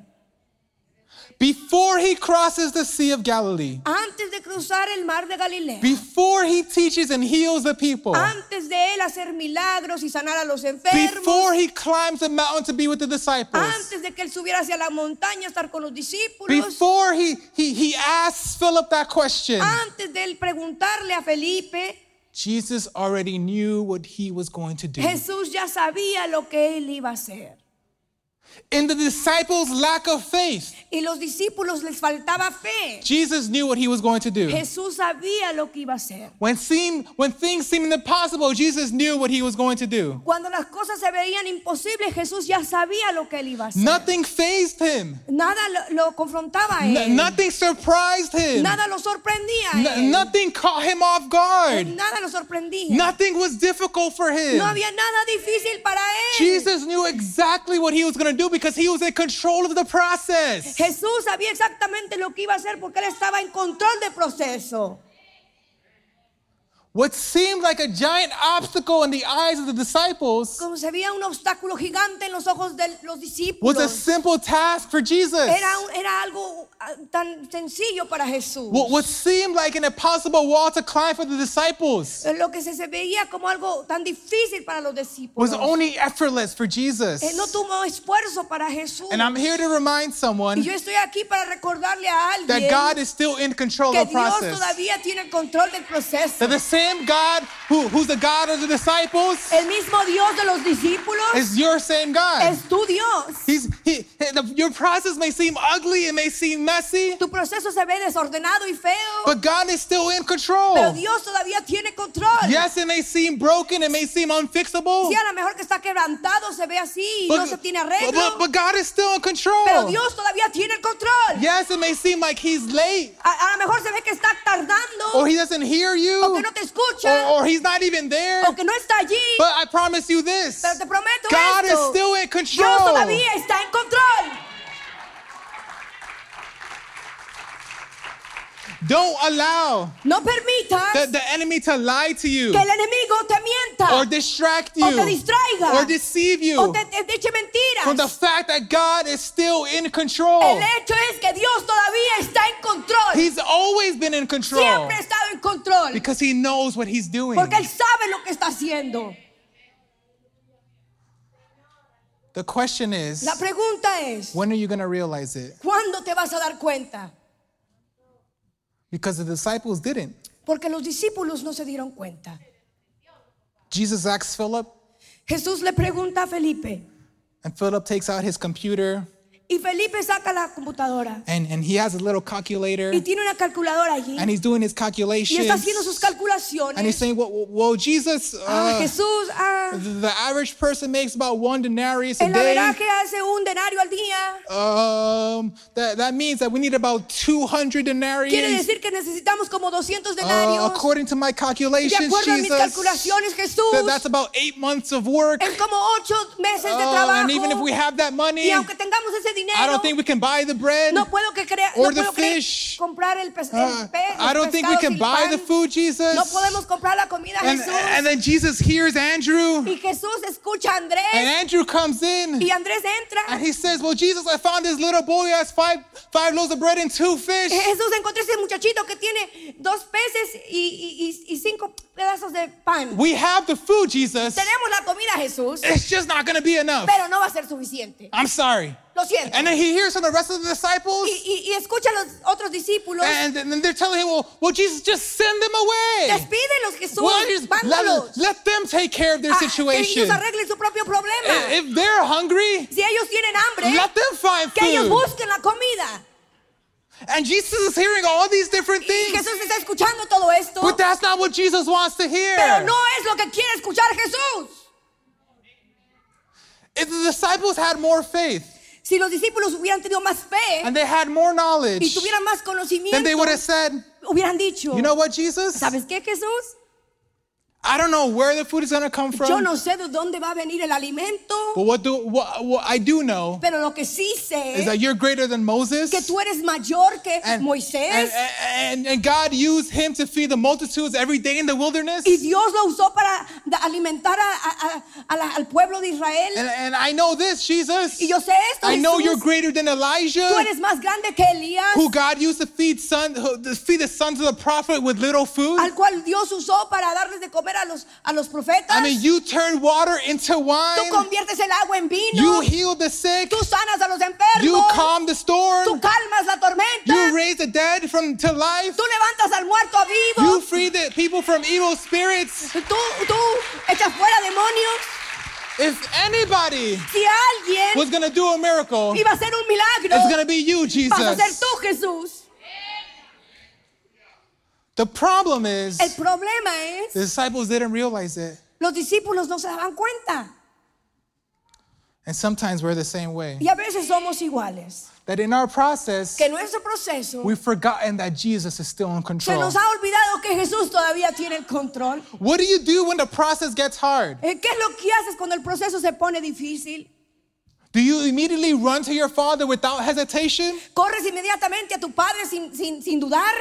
B: Before he crosses the Sea of Galilee,
C: Antes de cruzar el mar de Galilea.
B: before he teaches and heals the people,
C: Antes de él hacer milagros y sanar a los enfermos.
B: before he climbs the mountain to be with the disciples,
C: Antes de que él subiera hacia la montaña a estar con los discípulos.
B: before he, he, he asks Philip that question,
C: Antes de él preguntarle a Felipe.
B: Jesus already knew what he was going to do.
C: Jesús ya sabía lo que él iba a hacer.
B: In the disciples' lack of faith,
C: Y los discípulos les faltaba fe.
B: Jesus knew what he was going to do.
C: Jesús sabía lo que iba a hacer.
B: When, seem, when things seemed impossible, Jesus knew what he was going to do.
C: Cuando las cosas se veían imposibles, Jesús ya sabía lo que él iba a hacer.
B: Nothing phased him.
C: Nada lo, lo confrontaba a
B: N-
C: él.
B: nothing surprised him.
C: Nada lo sorprendía a
B: N-
C: él.
B: nothing caught him off guard.
C: Nada lo sorprendía.
B: Nothing was difficult for him.
C: No había nada difícil para él.
B: Jesus knew exactly what he was going to do because he was in control of the process.
C: Jesús sabía exactamente lo que iba a hacer porque él estaba en control del proceso.
B: What seemed like a giant obstacle in the eyes of the disciples
C: Como se veía un obstáculo gigante en los ojos de los
B: was a
C: discípulos.
B: simple task for Jesus.
C: Era, un- era algo ah, tan sencillo para Jesús.
B: What, what seemed like an impossible wall to climb for the disciples
C: Lo que se se veía como algo tan difícil para los discípulos.
B: was only effortless for Jesus.
C: Él no tuvo esfuerzo para Jesús.
B: And I'm here to remind
C: Y
B: someone
C: yo estoy aquí para recordarle a
B: that
C: alguien
B: God is still in control
C: que
B: of the
C: Dios
B: process.
C: todavía tiene el control del proceso.
B: That the same God who, who's the God of the disciples
C: El mismo Dios de los discípulos
B: is your same God.
C: es tu Dios.
B: He's, he, the- your process may seem ugly, it may seem messy,
C: Tu proceso se ve desordenado y feo,
B: but God is still in
C: pero
B: control.
C: Dios todavía tiene control.
B: Yes, it may seem broken, it may seem unfixable,
C: Sí, a lo mejor que está quebrantado, se ve así y
B: Pues,
C: no se tiene arreglo,
B: but- but God is still in control.
C: pero Dios todavía tiene el control.
B: Yes, it may seem like He's late,
C: A, a lo mejor se ve que está tardando,
B: or He doesn't hear
C: o que
B: you,
C: no te
B: or,
C: escucha,
B: or He's not even there,
C: o que no está allí,
B: but I promise you this
C: pero te prometo
B: Pues, God is
C: esto,
B: still in
C: Dios
B: control.
C: todavía está en control.
B: Don't allow
C: No permitas
B: the, the enemy to lie to you
C: que el enemigo te mienta
B: or distract
C: o te
B: you
C: distraiga
B: or deceive
C: o
B: you
C: te, te- te eche
B: from
C: mentiras.
B: the fact that God is still in control.
C: El hecho es que Dios todavía está en control.
B: He's always been in control
C: Siempre ha estado en control.
B: because he knows what he's doing.
C: Porque Él sabe lo que está haciendo.
B: The question is,
C: La pregunta es,
B: when are you going to realize it?
C: ¿cuándo te vas a dar cuenta?
B: Because the disciples didn't.
C: Porque los discípulos no se dieron cuenta.
B: Jesus asks Philip,
C: Jesús le pregunta a Felipe
B: and Philip takes out his computer
C: y Felipe saca la computadora
B: and, and he has a little calculator
C: y tiene una calculadora allí
B: and he's doing his
C: y está haciendo
B: calculations
C: sus
B: and he's
C: calculaciones.
B: saying, well, well, well, Jesus,
C: Ah,
B: uh,
C: Jesús, ah,
B: the the average person makes about one denarius a
C: el
B: day.
C: averaje hace un denario al día.
B: Um, that, that means that we need about 200
C: Quiere
B: denarii.
C: decir que necesitamos como 200
B: Uh,
C: denarios.
B: according to my
C: De
B: calculations,
C: acuerdo a mis
B: Jesus,
C: calculaciones,
B: that,
C: Jesús,
B: that's about eight months of work.
C: en como ocho meses de
B: Uh, and even if
C: trabajo.
B: we have that money,
C: Y aunque tengamos ese
B: I
C: dinero,
B: don't think we can buy the bread.
C: no puedo que crea,
B: or
C: no
B: the
C: puedo cre-
B: fish.
C: comprar el, pes-
B: Uh,
C: el pe- los
B: I don't think we
C: pescados y
B: can
C: el
B: buy
C: pan.
B: the food, Jesus.
C: No podemos comprar la comida,
B: and,
C: Jesús.
B: and then Jesus hears Andrew,
C: y Jesús escucha a Andrés
B: and Andrew comes in,
C: y Andrés entra.
B: and he says, "Well, Jesus, I found this little boy who has five five loaves of bread and two fish."
C: Jesús encontró ese muchachito que tiene dos peces y, y- y- y cinco pedazos de pan.
B: We Eh. have the food, Jesus.
C: Tenemos la comida, Jesús,
B: It's just not going to be enough.
C: pero no va a ser suficiente.
B: I'm sorry.
C: Lo siento.
B: And then he hears from the rest of the disciples,
C: Y, y- y escucha a los otros discípulos.
B: and then they're telling him, "Well, well, Jesus, just send them away.
C: Despídelos, Jesús.
B: Well, just
C: Mándalos.
B: let, let them take care of their
C: Ah, que
B: situation. Eh,
C: ellos arreglen su propio problema.
B: If they're hungry,
C: si ellos tienen hambre,
B: let them find
C: que ellos
B: food."
C: busquen la comida.
B: And Jesus is hearing all these different
C: Y
B: things,
C: Jesús está escuchando todo esto.
B: but that's not what Jesus wants to
C: Pero
B: hear.
C: no es lo que quiere escuchar Jesús.
B: If the disciples had more faith
C: Si los discípulos hubieran tenido más fe
B: and they had more
C: y
B: knowledge,
C: tuvieran más
B: then
C: conocimiento,
B: they would have said,
C: hubieran dicho,
B: You know what, Jesus?
C: ¿sabes qué, Jesús?
B: I don't know where the food is going to come
C: Yo
B: from,
C: no sé de dónde va a venir el alimento,
B: but what, do, what, what I do know
C: pero lo que sí sé
B: is that you're greater than Moses.
C: que tú eres mayor que
B: And, and,
C: Moisés
B: and, and God used him to feed the multitudes every day in the wilderness.
C: y Dios lo usó para da- alimentar a- a- a- a la- al pueblo de Israel.
B: And, and I know this, Jesus.
C: Y yo sé esto,
B: I know
C: Jesús.
B: you're greater than Elijah,
C: Tú eres más grande que Elías,
B: who God used to feed son, who- to feed the sons of the prophet with little food.
C: al cual Dios usó para darles de comer a los, a los profetas.
B: I mean, you turn water into
C: Tú
B: wine.
C: conviertes el agua en
B: You
C: vino.
B: heal the sick.
C: Tú sanas a los
B: You
C: enfermos.
B: calm the
C: Tú
B: storm.
C: calmas la
B: You
C: tormenta.
B: raise the dead from to life.
C: Tú levantas al muerto
B: You
C: vivo.
B: free the people from evil spirits.
C: Tú, tú echas fuera demonios.
B: If anybody
C: Si alguien
B: was gonna do a miracle,
C: iba a hacer un
B: Pues, it's
C: milagro,
B: gonna be you,
C: vas a ser
B: Jesus.
C: tú, Jesús.
B: The problem is
C: El
B: the
C: problema es,
B: disciples didn't realize it,
C: los discípulos no se daban cuenta.
B: and sometimes we're the same way.
C: Y a veces somos iguales.
B: That in our process,
C: Que en nuestro proceso
B: we've forgotten that Jesus is still in
C: se
B: control.
C: nos ha olvidado que Jesús todavía tiene el control.
B: What do you do when the process gets hard?
C: Eh, ¿Qué es lo que haces cuando el proceso se pone difícil?
B: Do you immediately run to your Father without hesitation?
C: Corres inmediatamente a tu padre sin, sin, sin dudar.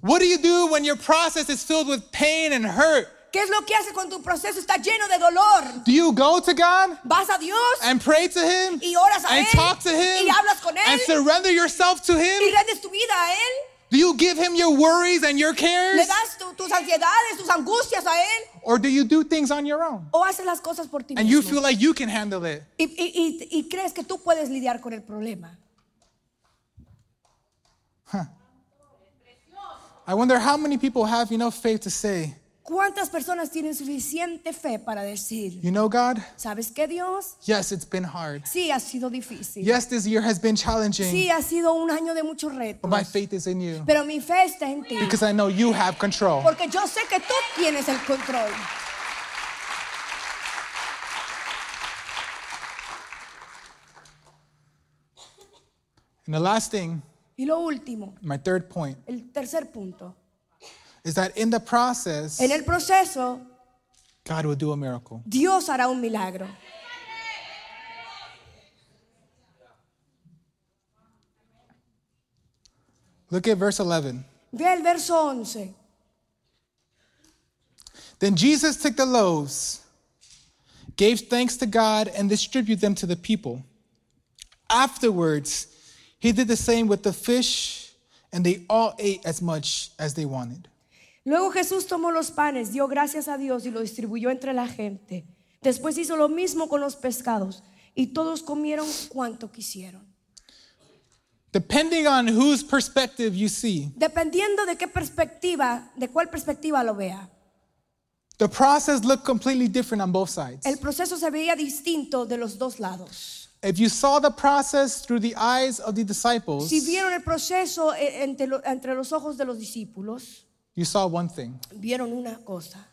B: What do you do when your process is filled with pain and hurt?
C: ¿Qué es lo que haces cuando tu proceso está lleno de dolor?
B: Do you go to God
C: Vas a Dios
B: and pray to Him
C: y oras a
B: and
C: Él
B: talk to Him
C: y hablas con Él
B: and surrender yourself to
C: y
B: Him?
C: rendes tu vida a Él.
B: Do you give Him your worries and your
C: Le
B: cares?
C: das tu- tus ansiedades, tus angustias a Él
B: Or do you do things on your own
C: o haces las cosas por ti
B: and you
C: mismo.
B: feel like you can handle it?
C: Y, y- y- y crees que tú puedes lidiar con el problema.
B: I wonder how many people have enough faith to say,
C: ¿Cuántas personas tienen suficiente fe para decir,
B: you know, God,
C: ¿sabes qué Dios?
B: yes, it's been hard.
C: Sí ha sido difícil.
B: Yes, this year has been challenging,
C: Sí ha sido un año de muchos
B: but
C: retos.
B: my faith is in you
C: Pero mi fe está en ti.
B: because I know you have control.
C: Porque yo sé que tú tienes el control.
B: And the last thing,
C: Y lo último,
B: my third point,
C: el tercer punto.
B: is that in the process,
C: En el proceso,
B: God will do a miracle.
C: Dios hará un milagro.
B: Look at verse 11.
C: Ve el verso 11.
B: Then Jesus took the loaves, gave thanks to God, and distributed them to the people. Afterwards, he did the same with the fish, and they all ate as much as they wanted.
C: Luego Jesús tomó los panes, dio gracias a Dios y lo distribuyó entre la gente. Después hizo lo mismo con los pescados y todos comieron cuanto quisieron.
B: Depending on whose perspective you see,
C: Dependiendo de qué perspectiva, de cuál perspectiva lo vea,
B: the process looked completely different on both sides.
C: el proceso se veía distinto de los dos lados.
B: If you saw the process through the eyes of the disciples,
C: Si vieron el proceso eh, entre, lo- entre los ojos de los discípulos,
B: you saw one thing.
C: vieron una cosa.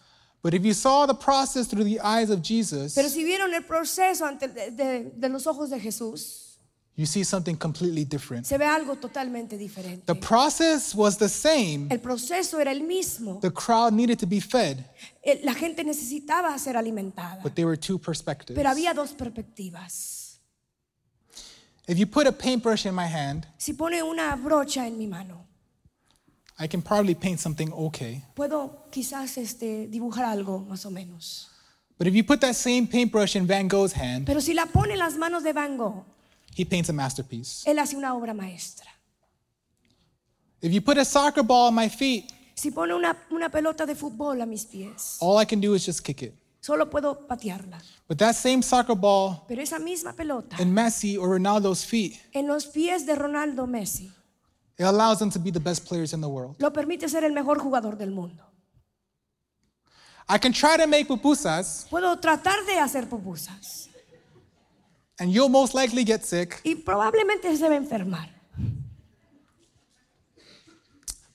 B: But if you saw the process through the eyes of Jesus,
C: Pero si vieron el proceso ante- de- de- de los ojos de Jesús,
B: you see something completely different.
C: se ve algo totalmente diferente.
B: The process was the same.
C: El proceso era el mismo.
B: The crowd needed to be fed,
C: Eh, La gente necesitaba ser alimentada,
B: but there were two perspectives.
C: pero había dos perspectivas.
B: If you put a paintbrush in my hand,
C: Si pone una brocha en mi mano,
B: I can probably paint something okay.
C: puedo quizás este, dibujar algo más o menos.
B: But if you put that same paintbrush in Van Gogh's hand,
C: Pero si la pone en las manos de Van Gogh,
B: he paints a masterpiece.
C: él hace una obra maestra.
B: If you put a soccer ball on my feet,
C: Si pone una, una pelota de fútbol a mis pies,
B: all I can do is just kick it.
C: solo puedo patearla.
B: But that same soccer ball
C: Pero esa misma pelota
B: in Messi or Ronaldo's feet,
C: en los pies de Ronaldo Messi
B: it allows them to be the best players in the world.
C: lo permite ser el mejor jugador del mundo.
B: I can try to make pupusas,
C: Puedo tratar de hacer pupusas
B: and you'll most likely get sick.
C: y probablemente se va a enfermar.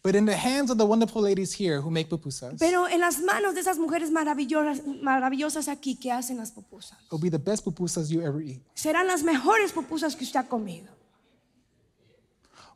B: but in the hands of the wonderful ladies here who make pupusas, it
C: Pero en las manos de esas mujeres maravillosas, maravillosas aquí que hacen las pupusas,
B: will be the best pupusas you ever eat.
C: serán las mejores pupusas que usted ha comido.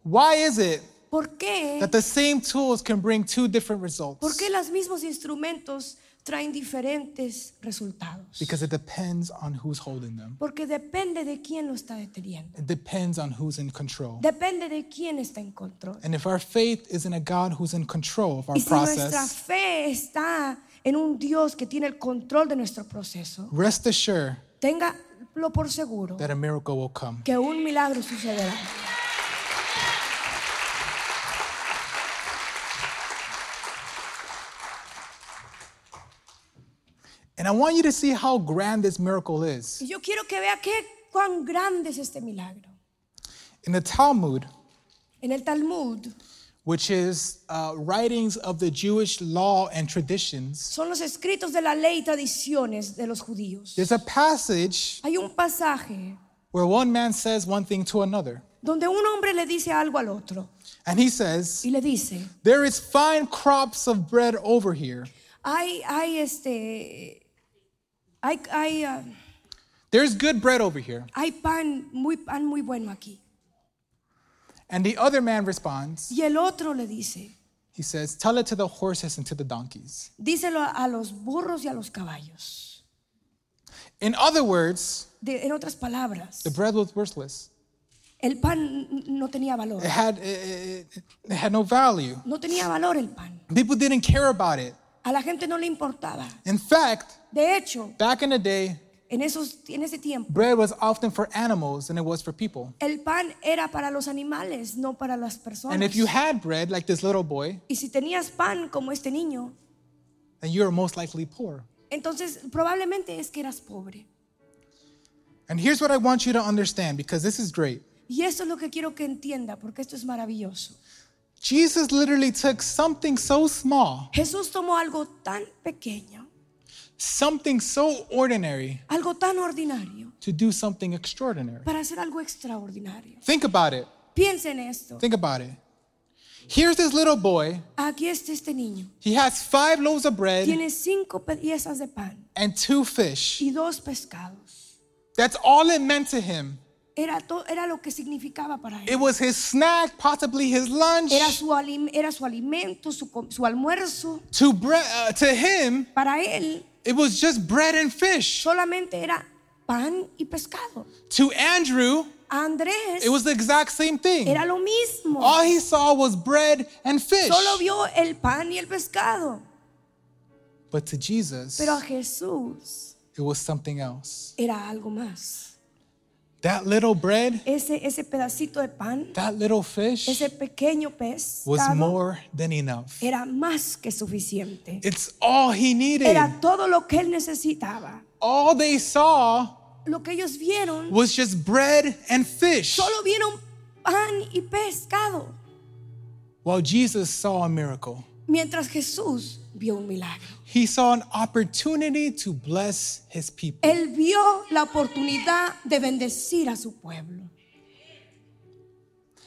B: Why is it
C: ¿Por qué?
B: that the same tools can bring two different
C: ¿Por
B: results?
C: qué los mismos instrumentos traen diferentes resultados?
B: Because it depends on who's holding them.
C: Porque depende de quién lo está deteniendo.
B: It depends on who's in control.
C: Depende de quién está en control.
B: And if our faith is in a God who's in control of our
C: Y si nuestra
B: process,
C: fe está en un Dios que tiene el control de nuestro proceso,
B: rest assured
C: téngalo por seguro
B: that a miracle will come.
C: que un milagro sucederá.
B: And I want you to see how grand this miracle is.
C: Y yo quiero que vea qué cuán grande es este milagro.
B: In the Talmud,
C: En el Talmud
B: which is uh, writings of the Jewish law and traditions,
C: son los escritos de la ley y tradiciones de los judíos.
B: there's a passage
C: Hay un pasaje
B: where one man says one thing to another.
C: donde un hombre le dice algo al otro
B: And he says,
C: y le dice,
B: There is fine crops of bread over here.
C: hay, hay este, hay, hay, ah,
B: There's good bread over here.
C: hay pan, muy, pan muy bueno aquí.
B: And the other man responds,
C: Y el otro le dice,
B: He says, Tell it to the horses and to the donkeys.
C: díselo a los burros y a los caballos.
B: In other words,
C: De- en otras palabras,
B: the bread was worthless.
C: el pan n- no tenía valor.
B: It had, it, it- it had no value.
C: No tenía valor el pan.
B: People didn't care about it.
C: A la gente no le importaba.
B: In fact,
C: De hecho,
B: back in the day,
C: en, esos, en ese tiempo,
B: bread was often for animals than it was for people.
C: el pan era para los animales, no para las personas.
B: And if you had bread, like this little boy,
C: Y si tenías pan como este niño,
B: then you are most likely poor.
C: entonces probablemente es que eras pobre.
B: And here's what I want you to understand because this is great.
C: Y eso es lo que quiero que entienda, porque esto es maravilloso.
B: Jesus literally took something so small,
C: Jesús tomó algo tan pequeño,
B: something so ordinary,
C: algo tan ordinario,
B: to do something extraordinary.
C: para hacer algo extraordinario.
B: Think about it.
C: Piensa en esto.
B: Think about it. Here's this little boy.
C: Aquí está este niño.
B: He has five loaves of bread
C: Tiene cinco piezas de pan
B: and two fish.
C: y dos pescados.
B: That's all it meant to him.
C: Era, to- era lo que significaba para
B: It
C: él.
B: was his snack, possibly his lunch.
C: Era su, alim- era su alimento, su, com- su almuerzo.
B: To, bre- uh, to him,
C: Para él
B: it was just bread and fish.
C: solamente era pan y pescado.
B: To Andrew,
C: A Andrés
B: It was the exact same thing.
C: era lo mismo.
B: All he saw was bread and fish.
C: Solo vio el pan y el pescado.
B: But to Jesus,
C: Pero a Jesús
B: it was something else.
C: era algo más.
B: That little bread,
C: Ese, ese pedacito de pan,
B: that little fish
C: ese pequeño
B: was
C: pescado,
B: more than enough.
C: era más que suficiente.
B: It's all he needed.
C: Era todo lo que él necesitaba.
B: All they saw
C: Lo que ellos vieron,
B: was just bread and fish.
C: solo vieron pan y pescado,
B: While Jesus saw a miracle,
C: mientras Jesús vio un milagro.
B: he saw an opportunity to bless his people.
C: Él vio la oportunidad de bendecir a su pueblo.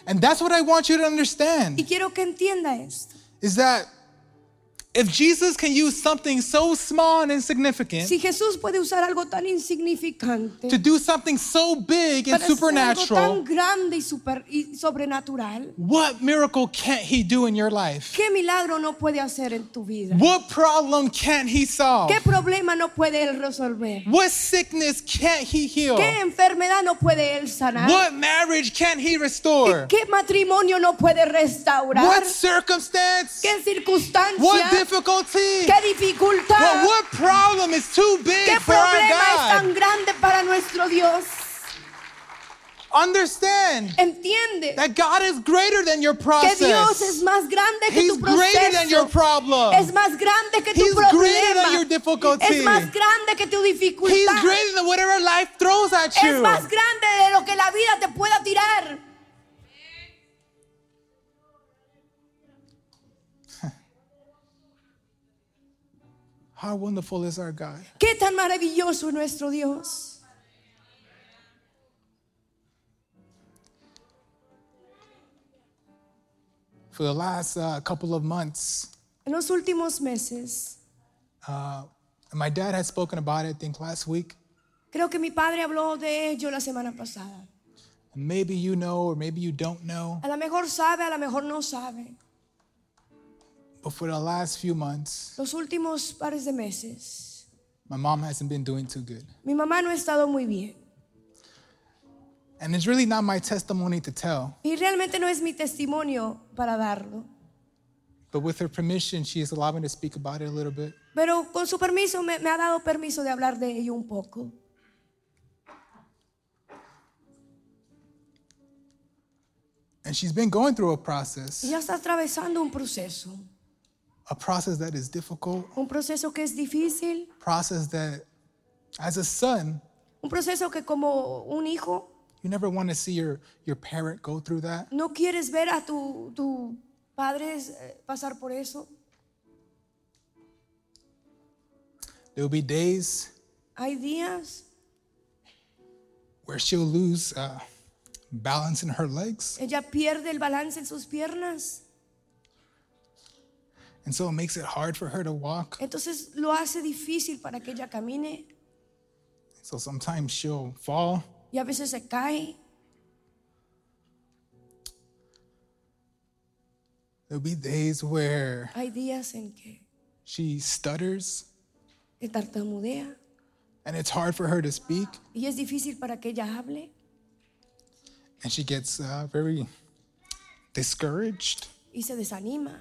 B: And that's what I want you to
C: Y
B: understand
C: quiero que entienda esto.
B: is that if Jesus can use something so small and insignificant
C: Si Jesús puede usar algo tan insignificante
B: to do something so big and
C: para hacer algo tan
B: supernatural,
C: grande y, super- y sobrenatural,
B: what miracle can't he do in your life?
C: ¿qué milagro no puede hacer en tu vida?
B: What problem can't he solve?
C: ¿Qué problema no puede Él resolver?
B: What sickness can't he heal?
C: ¿Qué enfermedad no puede Él sanar?
B: What marriage can't he restore?
C: ¿Qué matrimonio no puede restaurar?
B: What circumstance?
C: ¿Qué circunstancia?
B: What difficulty?
C: ¿Qué dificultad?
B: But what problem is too
C: ¿Qué
B: big for our
C: problema es tan
B: God?
C: grande para nuestro Dios?
B: Understand
C: Entiende
B: that God is greater than your
C: que Dios
B: process.
C: es más grande que
B: He's
C: tu
B: greater than your
C: proceso.
B: problem.
C: Es más grande que
B: He's
C: tu
B: greater than your
C: problema.
B: difficulty.
C: Es más grande que tu
B: He's
C: dificultad.
B: greater than whatever life throws at
C: Es
B: you.
C: más grande de lo que la vida te pueda tirar.
B: How wonderful is our God?
C: Qué tan maravilloso es nuestro Dios.
B: for the last uh, couple of months.
C: En los últimos meses,
B: Uh, my dad had spoken about it, I think, last week.
C: creo que mi padre habló de ello la semana pasada.
B: And maybe you know, or maybe you don't know,
C: A lo mejor sabe, a lo mejor no sabe.
B: but for the last few months,
C: Los últimos pares de meses,
B: my mom hasn't been doing too good.
C: mi mamá no ha estado muy bien.
B: And it's really not my testimony to tell,
C: Y realmente no es mi testimonio para darlo.
B: but with her permission, she has allowed me to speak about it a little bit.
C: Pero con su permiso me, me ha dado permiso de hablar de ello un poco.
B: And she's been going through a process,
C: Ya está atravesando un proceso,
B: a process that is difficult,
C: un proceso que es difícil,
B: process that, as a son,
C: un proceso que como un hijo
B: you never want to see your, your parent go through that.
C: no quieres ver a tu, tu padre eh, pasar por eso.
B: There will be days
C: Hay días
B: where she'll lose uh, balance in her legs.
C: ella pierde el balance en sus piernas,
B: And so it makes it hard for her to walk.
C: entonces lo hace difícil para que ella camine
B: So sometimes she'll fall.
C: y a veces se cae.
B: There'll be days where
C: Hay días en que
B: she stutters
C: se tartamudea
B: and it's hard for her to speak
C: y es difícil para que ella hable
B: and she gets uh, very discouraged
C: y se desanima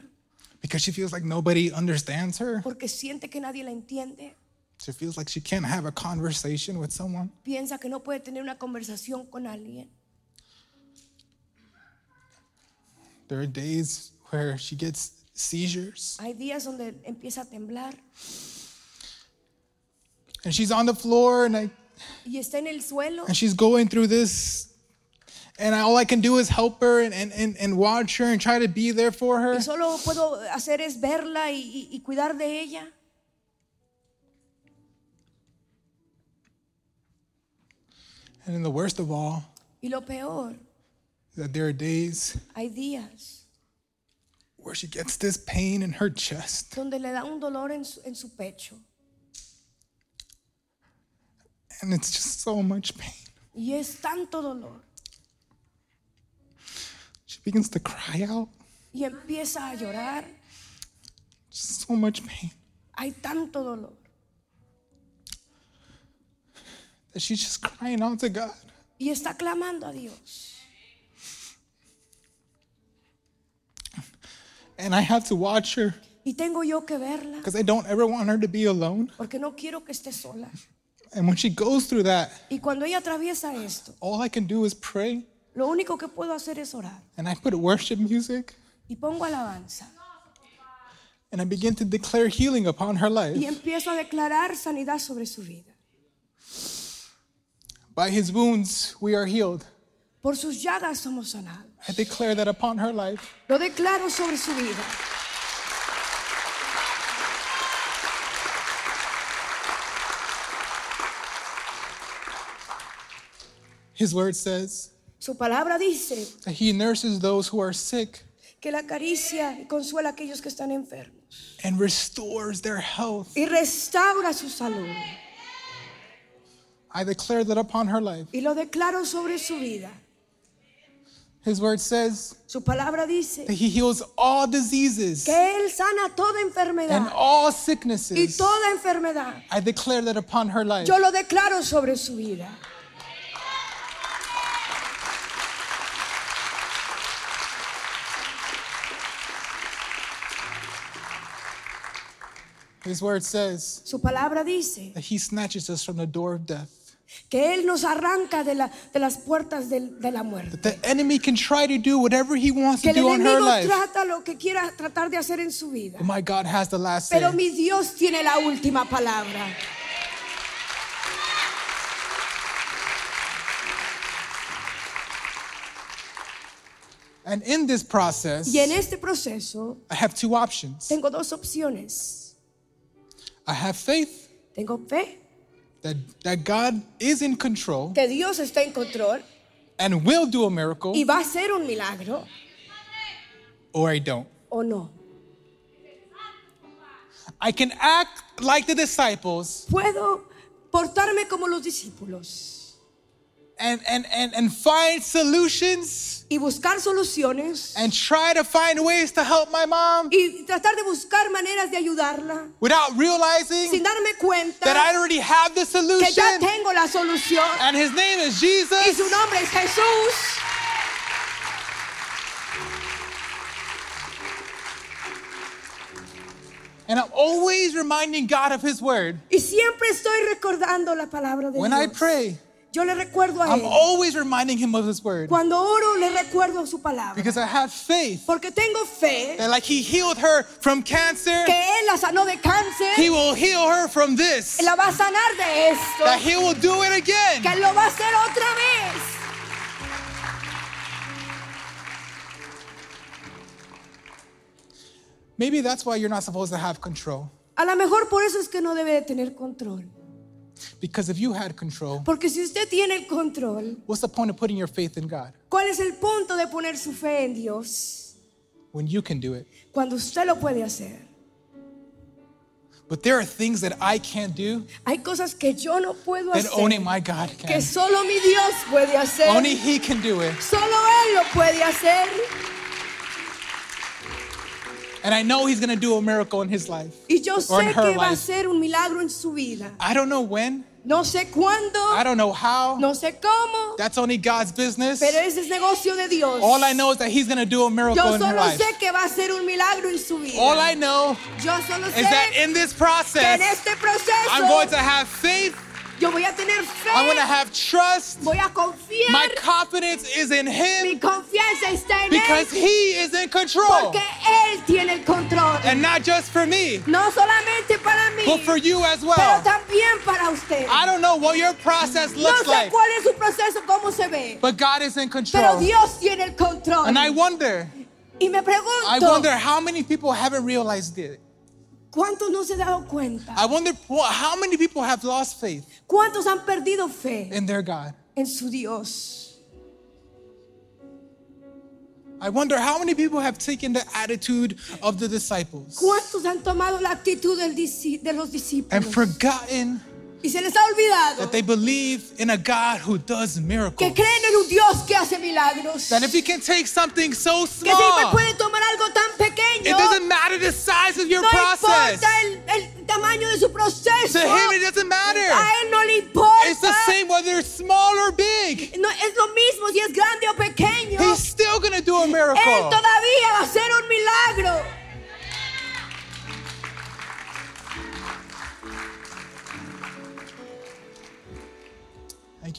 B: because she feels like nobody understands her.
C: porque siente que nadie la entiende,
B: She feels like she can't have a conversation with someone.
C: piensa que no puede tener una conversación con alguien.
B: There are days where she gets seizures
C: Hay días donde empieza a temblar
B: and she's on the floor and I
C: y está en el suelo
B: and she's going through this and all i can do is help her and, and, and, and watch her and try to be there for her
C: y solo puedo hacer es verla y, y- y cuidar de ella.
B: and then the worst of all
C: Y lo peor,
B: is that there are days
C: hay días
B: where she gets this pain in her chest
C: donde le da un dolor en su, en su pecho
B: and it's just so much pain
C: y es tanto dolor
B: she begins to cry out
C: y empieza a llorar,
B: just so much pain
C: hay tanto dolor
B: that she's just crying out to god
C: y está clamando a Dios.
B: and i have to watch her
C: Y tengo yo que verla
B: because i don't ever want her to be alone
C: porque no quiero que esté sola.
B: and when she goes through that
C: Y cuando ella atraviesa esto,
B: all i can do is pray
C: lo único que puedo hacer es orar
B: and i put worship music
C: y pongo alabanza
B: and i begin to declare healing upon her life
C: y empiezo a declarar sanidad sobre su vida.
B: By his wounds we are healed.
C: Por sus llagas somos sanados.
B: I declare that upon her life.
C: Lo declaro sobre su vida.
B: His word says
C: Su palabra dice
B: that he nurses those who are sick
C: que la acaricia y consuela a aquellos que están enfermos
B: and restores their health.
C: y restaura su salud.
B: I declare that upon her life.
C: Y lo declaro sobre su vida.
B: His word says
C: Su palabra dice
B: that he heals all diseases
C: que Él sana toda
B: and
C: enfermedad
B: all
C: y
B: sicknesses.
C: toda enfermedad.
B: I declare that upon her life.
C: Yo lo declaro sobre su vida.
B: His word says
C: Su palabra dice
B: that he snatches us from the door of death.
C: que Él nos arranca de, la- de las puertas del- de la muerte.
B: That the enemy can try to do whatever he wants
C: Que
B: to
C: el
B: do on her
C: enemigo
B: life.
C: trata lo que quiera tratar de hacer en su vida.
B: But my God has the last say.
C: Pero mi Dios tiene la última palabra.
B: And in this process,
C: Y en este proceso
B: I have two options.
C: tengo dos opciones.
B: I have faith
C: Tengo fe
B: that, that God is in control
C: que Dios está en control
B: and will do a miracle,
C: y va a hacer un milagro.
B: or I don't.
C: o no.
B: I can act like the disciples
C: Puedo portarme como los discípulos
B: and, and, and, and find solutions
C: y buscar soluciones
B: and try to find ways to help my mom
C: y tratar de buscar maneras de ayudarla
B: without
C: sin
B: realizing
C: darme
B: that I
C: cuenta
B: already have the
C: que ya
B: solution.
C: tengo la solución
B: And his name is
C: y su
B: Jesus.
C: nombre es Jesús.
B: And I'm always reminding God of his word.
C: Y siempre estoy recordando la palabra de
B: When I
C: Dios.
B: pray,
C: Yo le recuerdo a
B: I'm
C: él.
B: always reminding him of his word
C: Cuando oro le recuerdo su palabra.
B: because I have faith
C: Porque tengo fe
B: that, like he healed her from cancer,
C: que él la sanó de cáncer,
B: he will heal her from this,
C: la va a sanar de esto,
B: that he will do it
C: que
B: again.
C: él lo va a hacer otra vez.
B: Maybe that's why you're not supposed to have control
C: A lo mejor por eso es que no debe de tener control.
B: because if you had control,
C: Porque si usted tiene el control,
B: what's the point of putting your faith in God
C: ¿cuál es el punto de poner su fe en Dios
B: when you can do it?
C: cuando usted lo puede hacer?
B: But there are things that I can't do
C: Hay cosas que yo no puedo
B: that
C: hacer,
B: only my God
C: que
B: can.
C: solo mi Dios puede hacer,
B: Only He can do it.
C: solo Él lo puede hacer.
B: And I know He's going to do a miracle in His life.
C: Y yo
B: Or in
C: sé
B: her
C: que va a
B: life.
C: ser un milagro en su vida.
B: I don't know when,
C: No sé cuándo,
B: I don't know how.
C: no sé cómo,
B: That's only God's business.
C: pero ese es negocio de Dios.
B: All I know is that He's going to do a miracle
C: Yo
B: in her
C: solo
B: life.
C: sé que va a ser un milagro en su vida.
B: All I know
C: Yo solo
B: is that
C: sé
B: in this
C: que en
B: process,
C: este proceso
B: I'm going to have faith,
C: yo voy a tener fe,
B: I'm going to have trust.
C: voy a confiar.
B: My confidence is in Him
C: Mi confianza está en
B: because
C: Él
B: He is in control.
C: porque Él tiene el control.
B: And not just for me,
C: no solamente para mí,
B: but for you as
C: pero
B: well.
C: también para usted.
B: I don't know what your process
C: No
B: looks
C: sé
B: like,
C: cuál es su proceso, cómo se ve,
B: but God is in
C: pero
B: control.
C: Dios tiene el control.
B: And I wonder,
C: y me
B: I
C: pregunto,
B: wonder how many people haven't realized it.
C: ¿cuántos no se han dado cuenta?
B: I wonder wh- how many people have lost faith
C: ¿Cuántos han perdido fe
B: in their God.
C: en su Dios?
B: I wonder how many people have taken the attitude of the disciples
C: ¿Cuántos han tomado la actitud del disci- de los
B: and
C: discípulos?
B: forgotten
C: Y se les ha olvidado
B: that they believe in a God who does
C: que
B: miracles.
C: creen en un Dios que hace milagros.
B: That if He can take something so
C: Que si me
B: small,
C: puede tomar algo tan
B: it
C: pequeño,
B: doesn't matter the size of your
C: no
B: process.
C: importa el, el tamaño de su proceso.
B: To Him, it doesn't
C: A
B: matter.
C: él no le importa.
B: It's the same whether it's small or big.
C: No, es lo mismo si es grande o pequeño.
B: He's still going to do a
C: Él
B: miracle.
C: todavía va a hacer un milagro.
B: Thank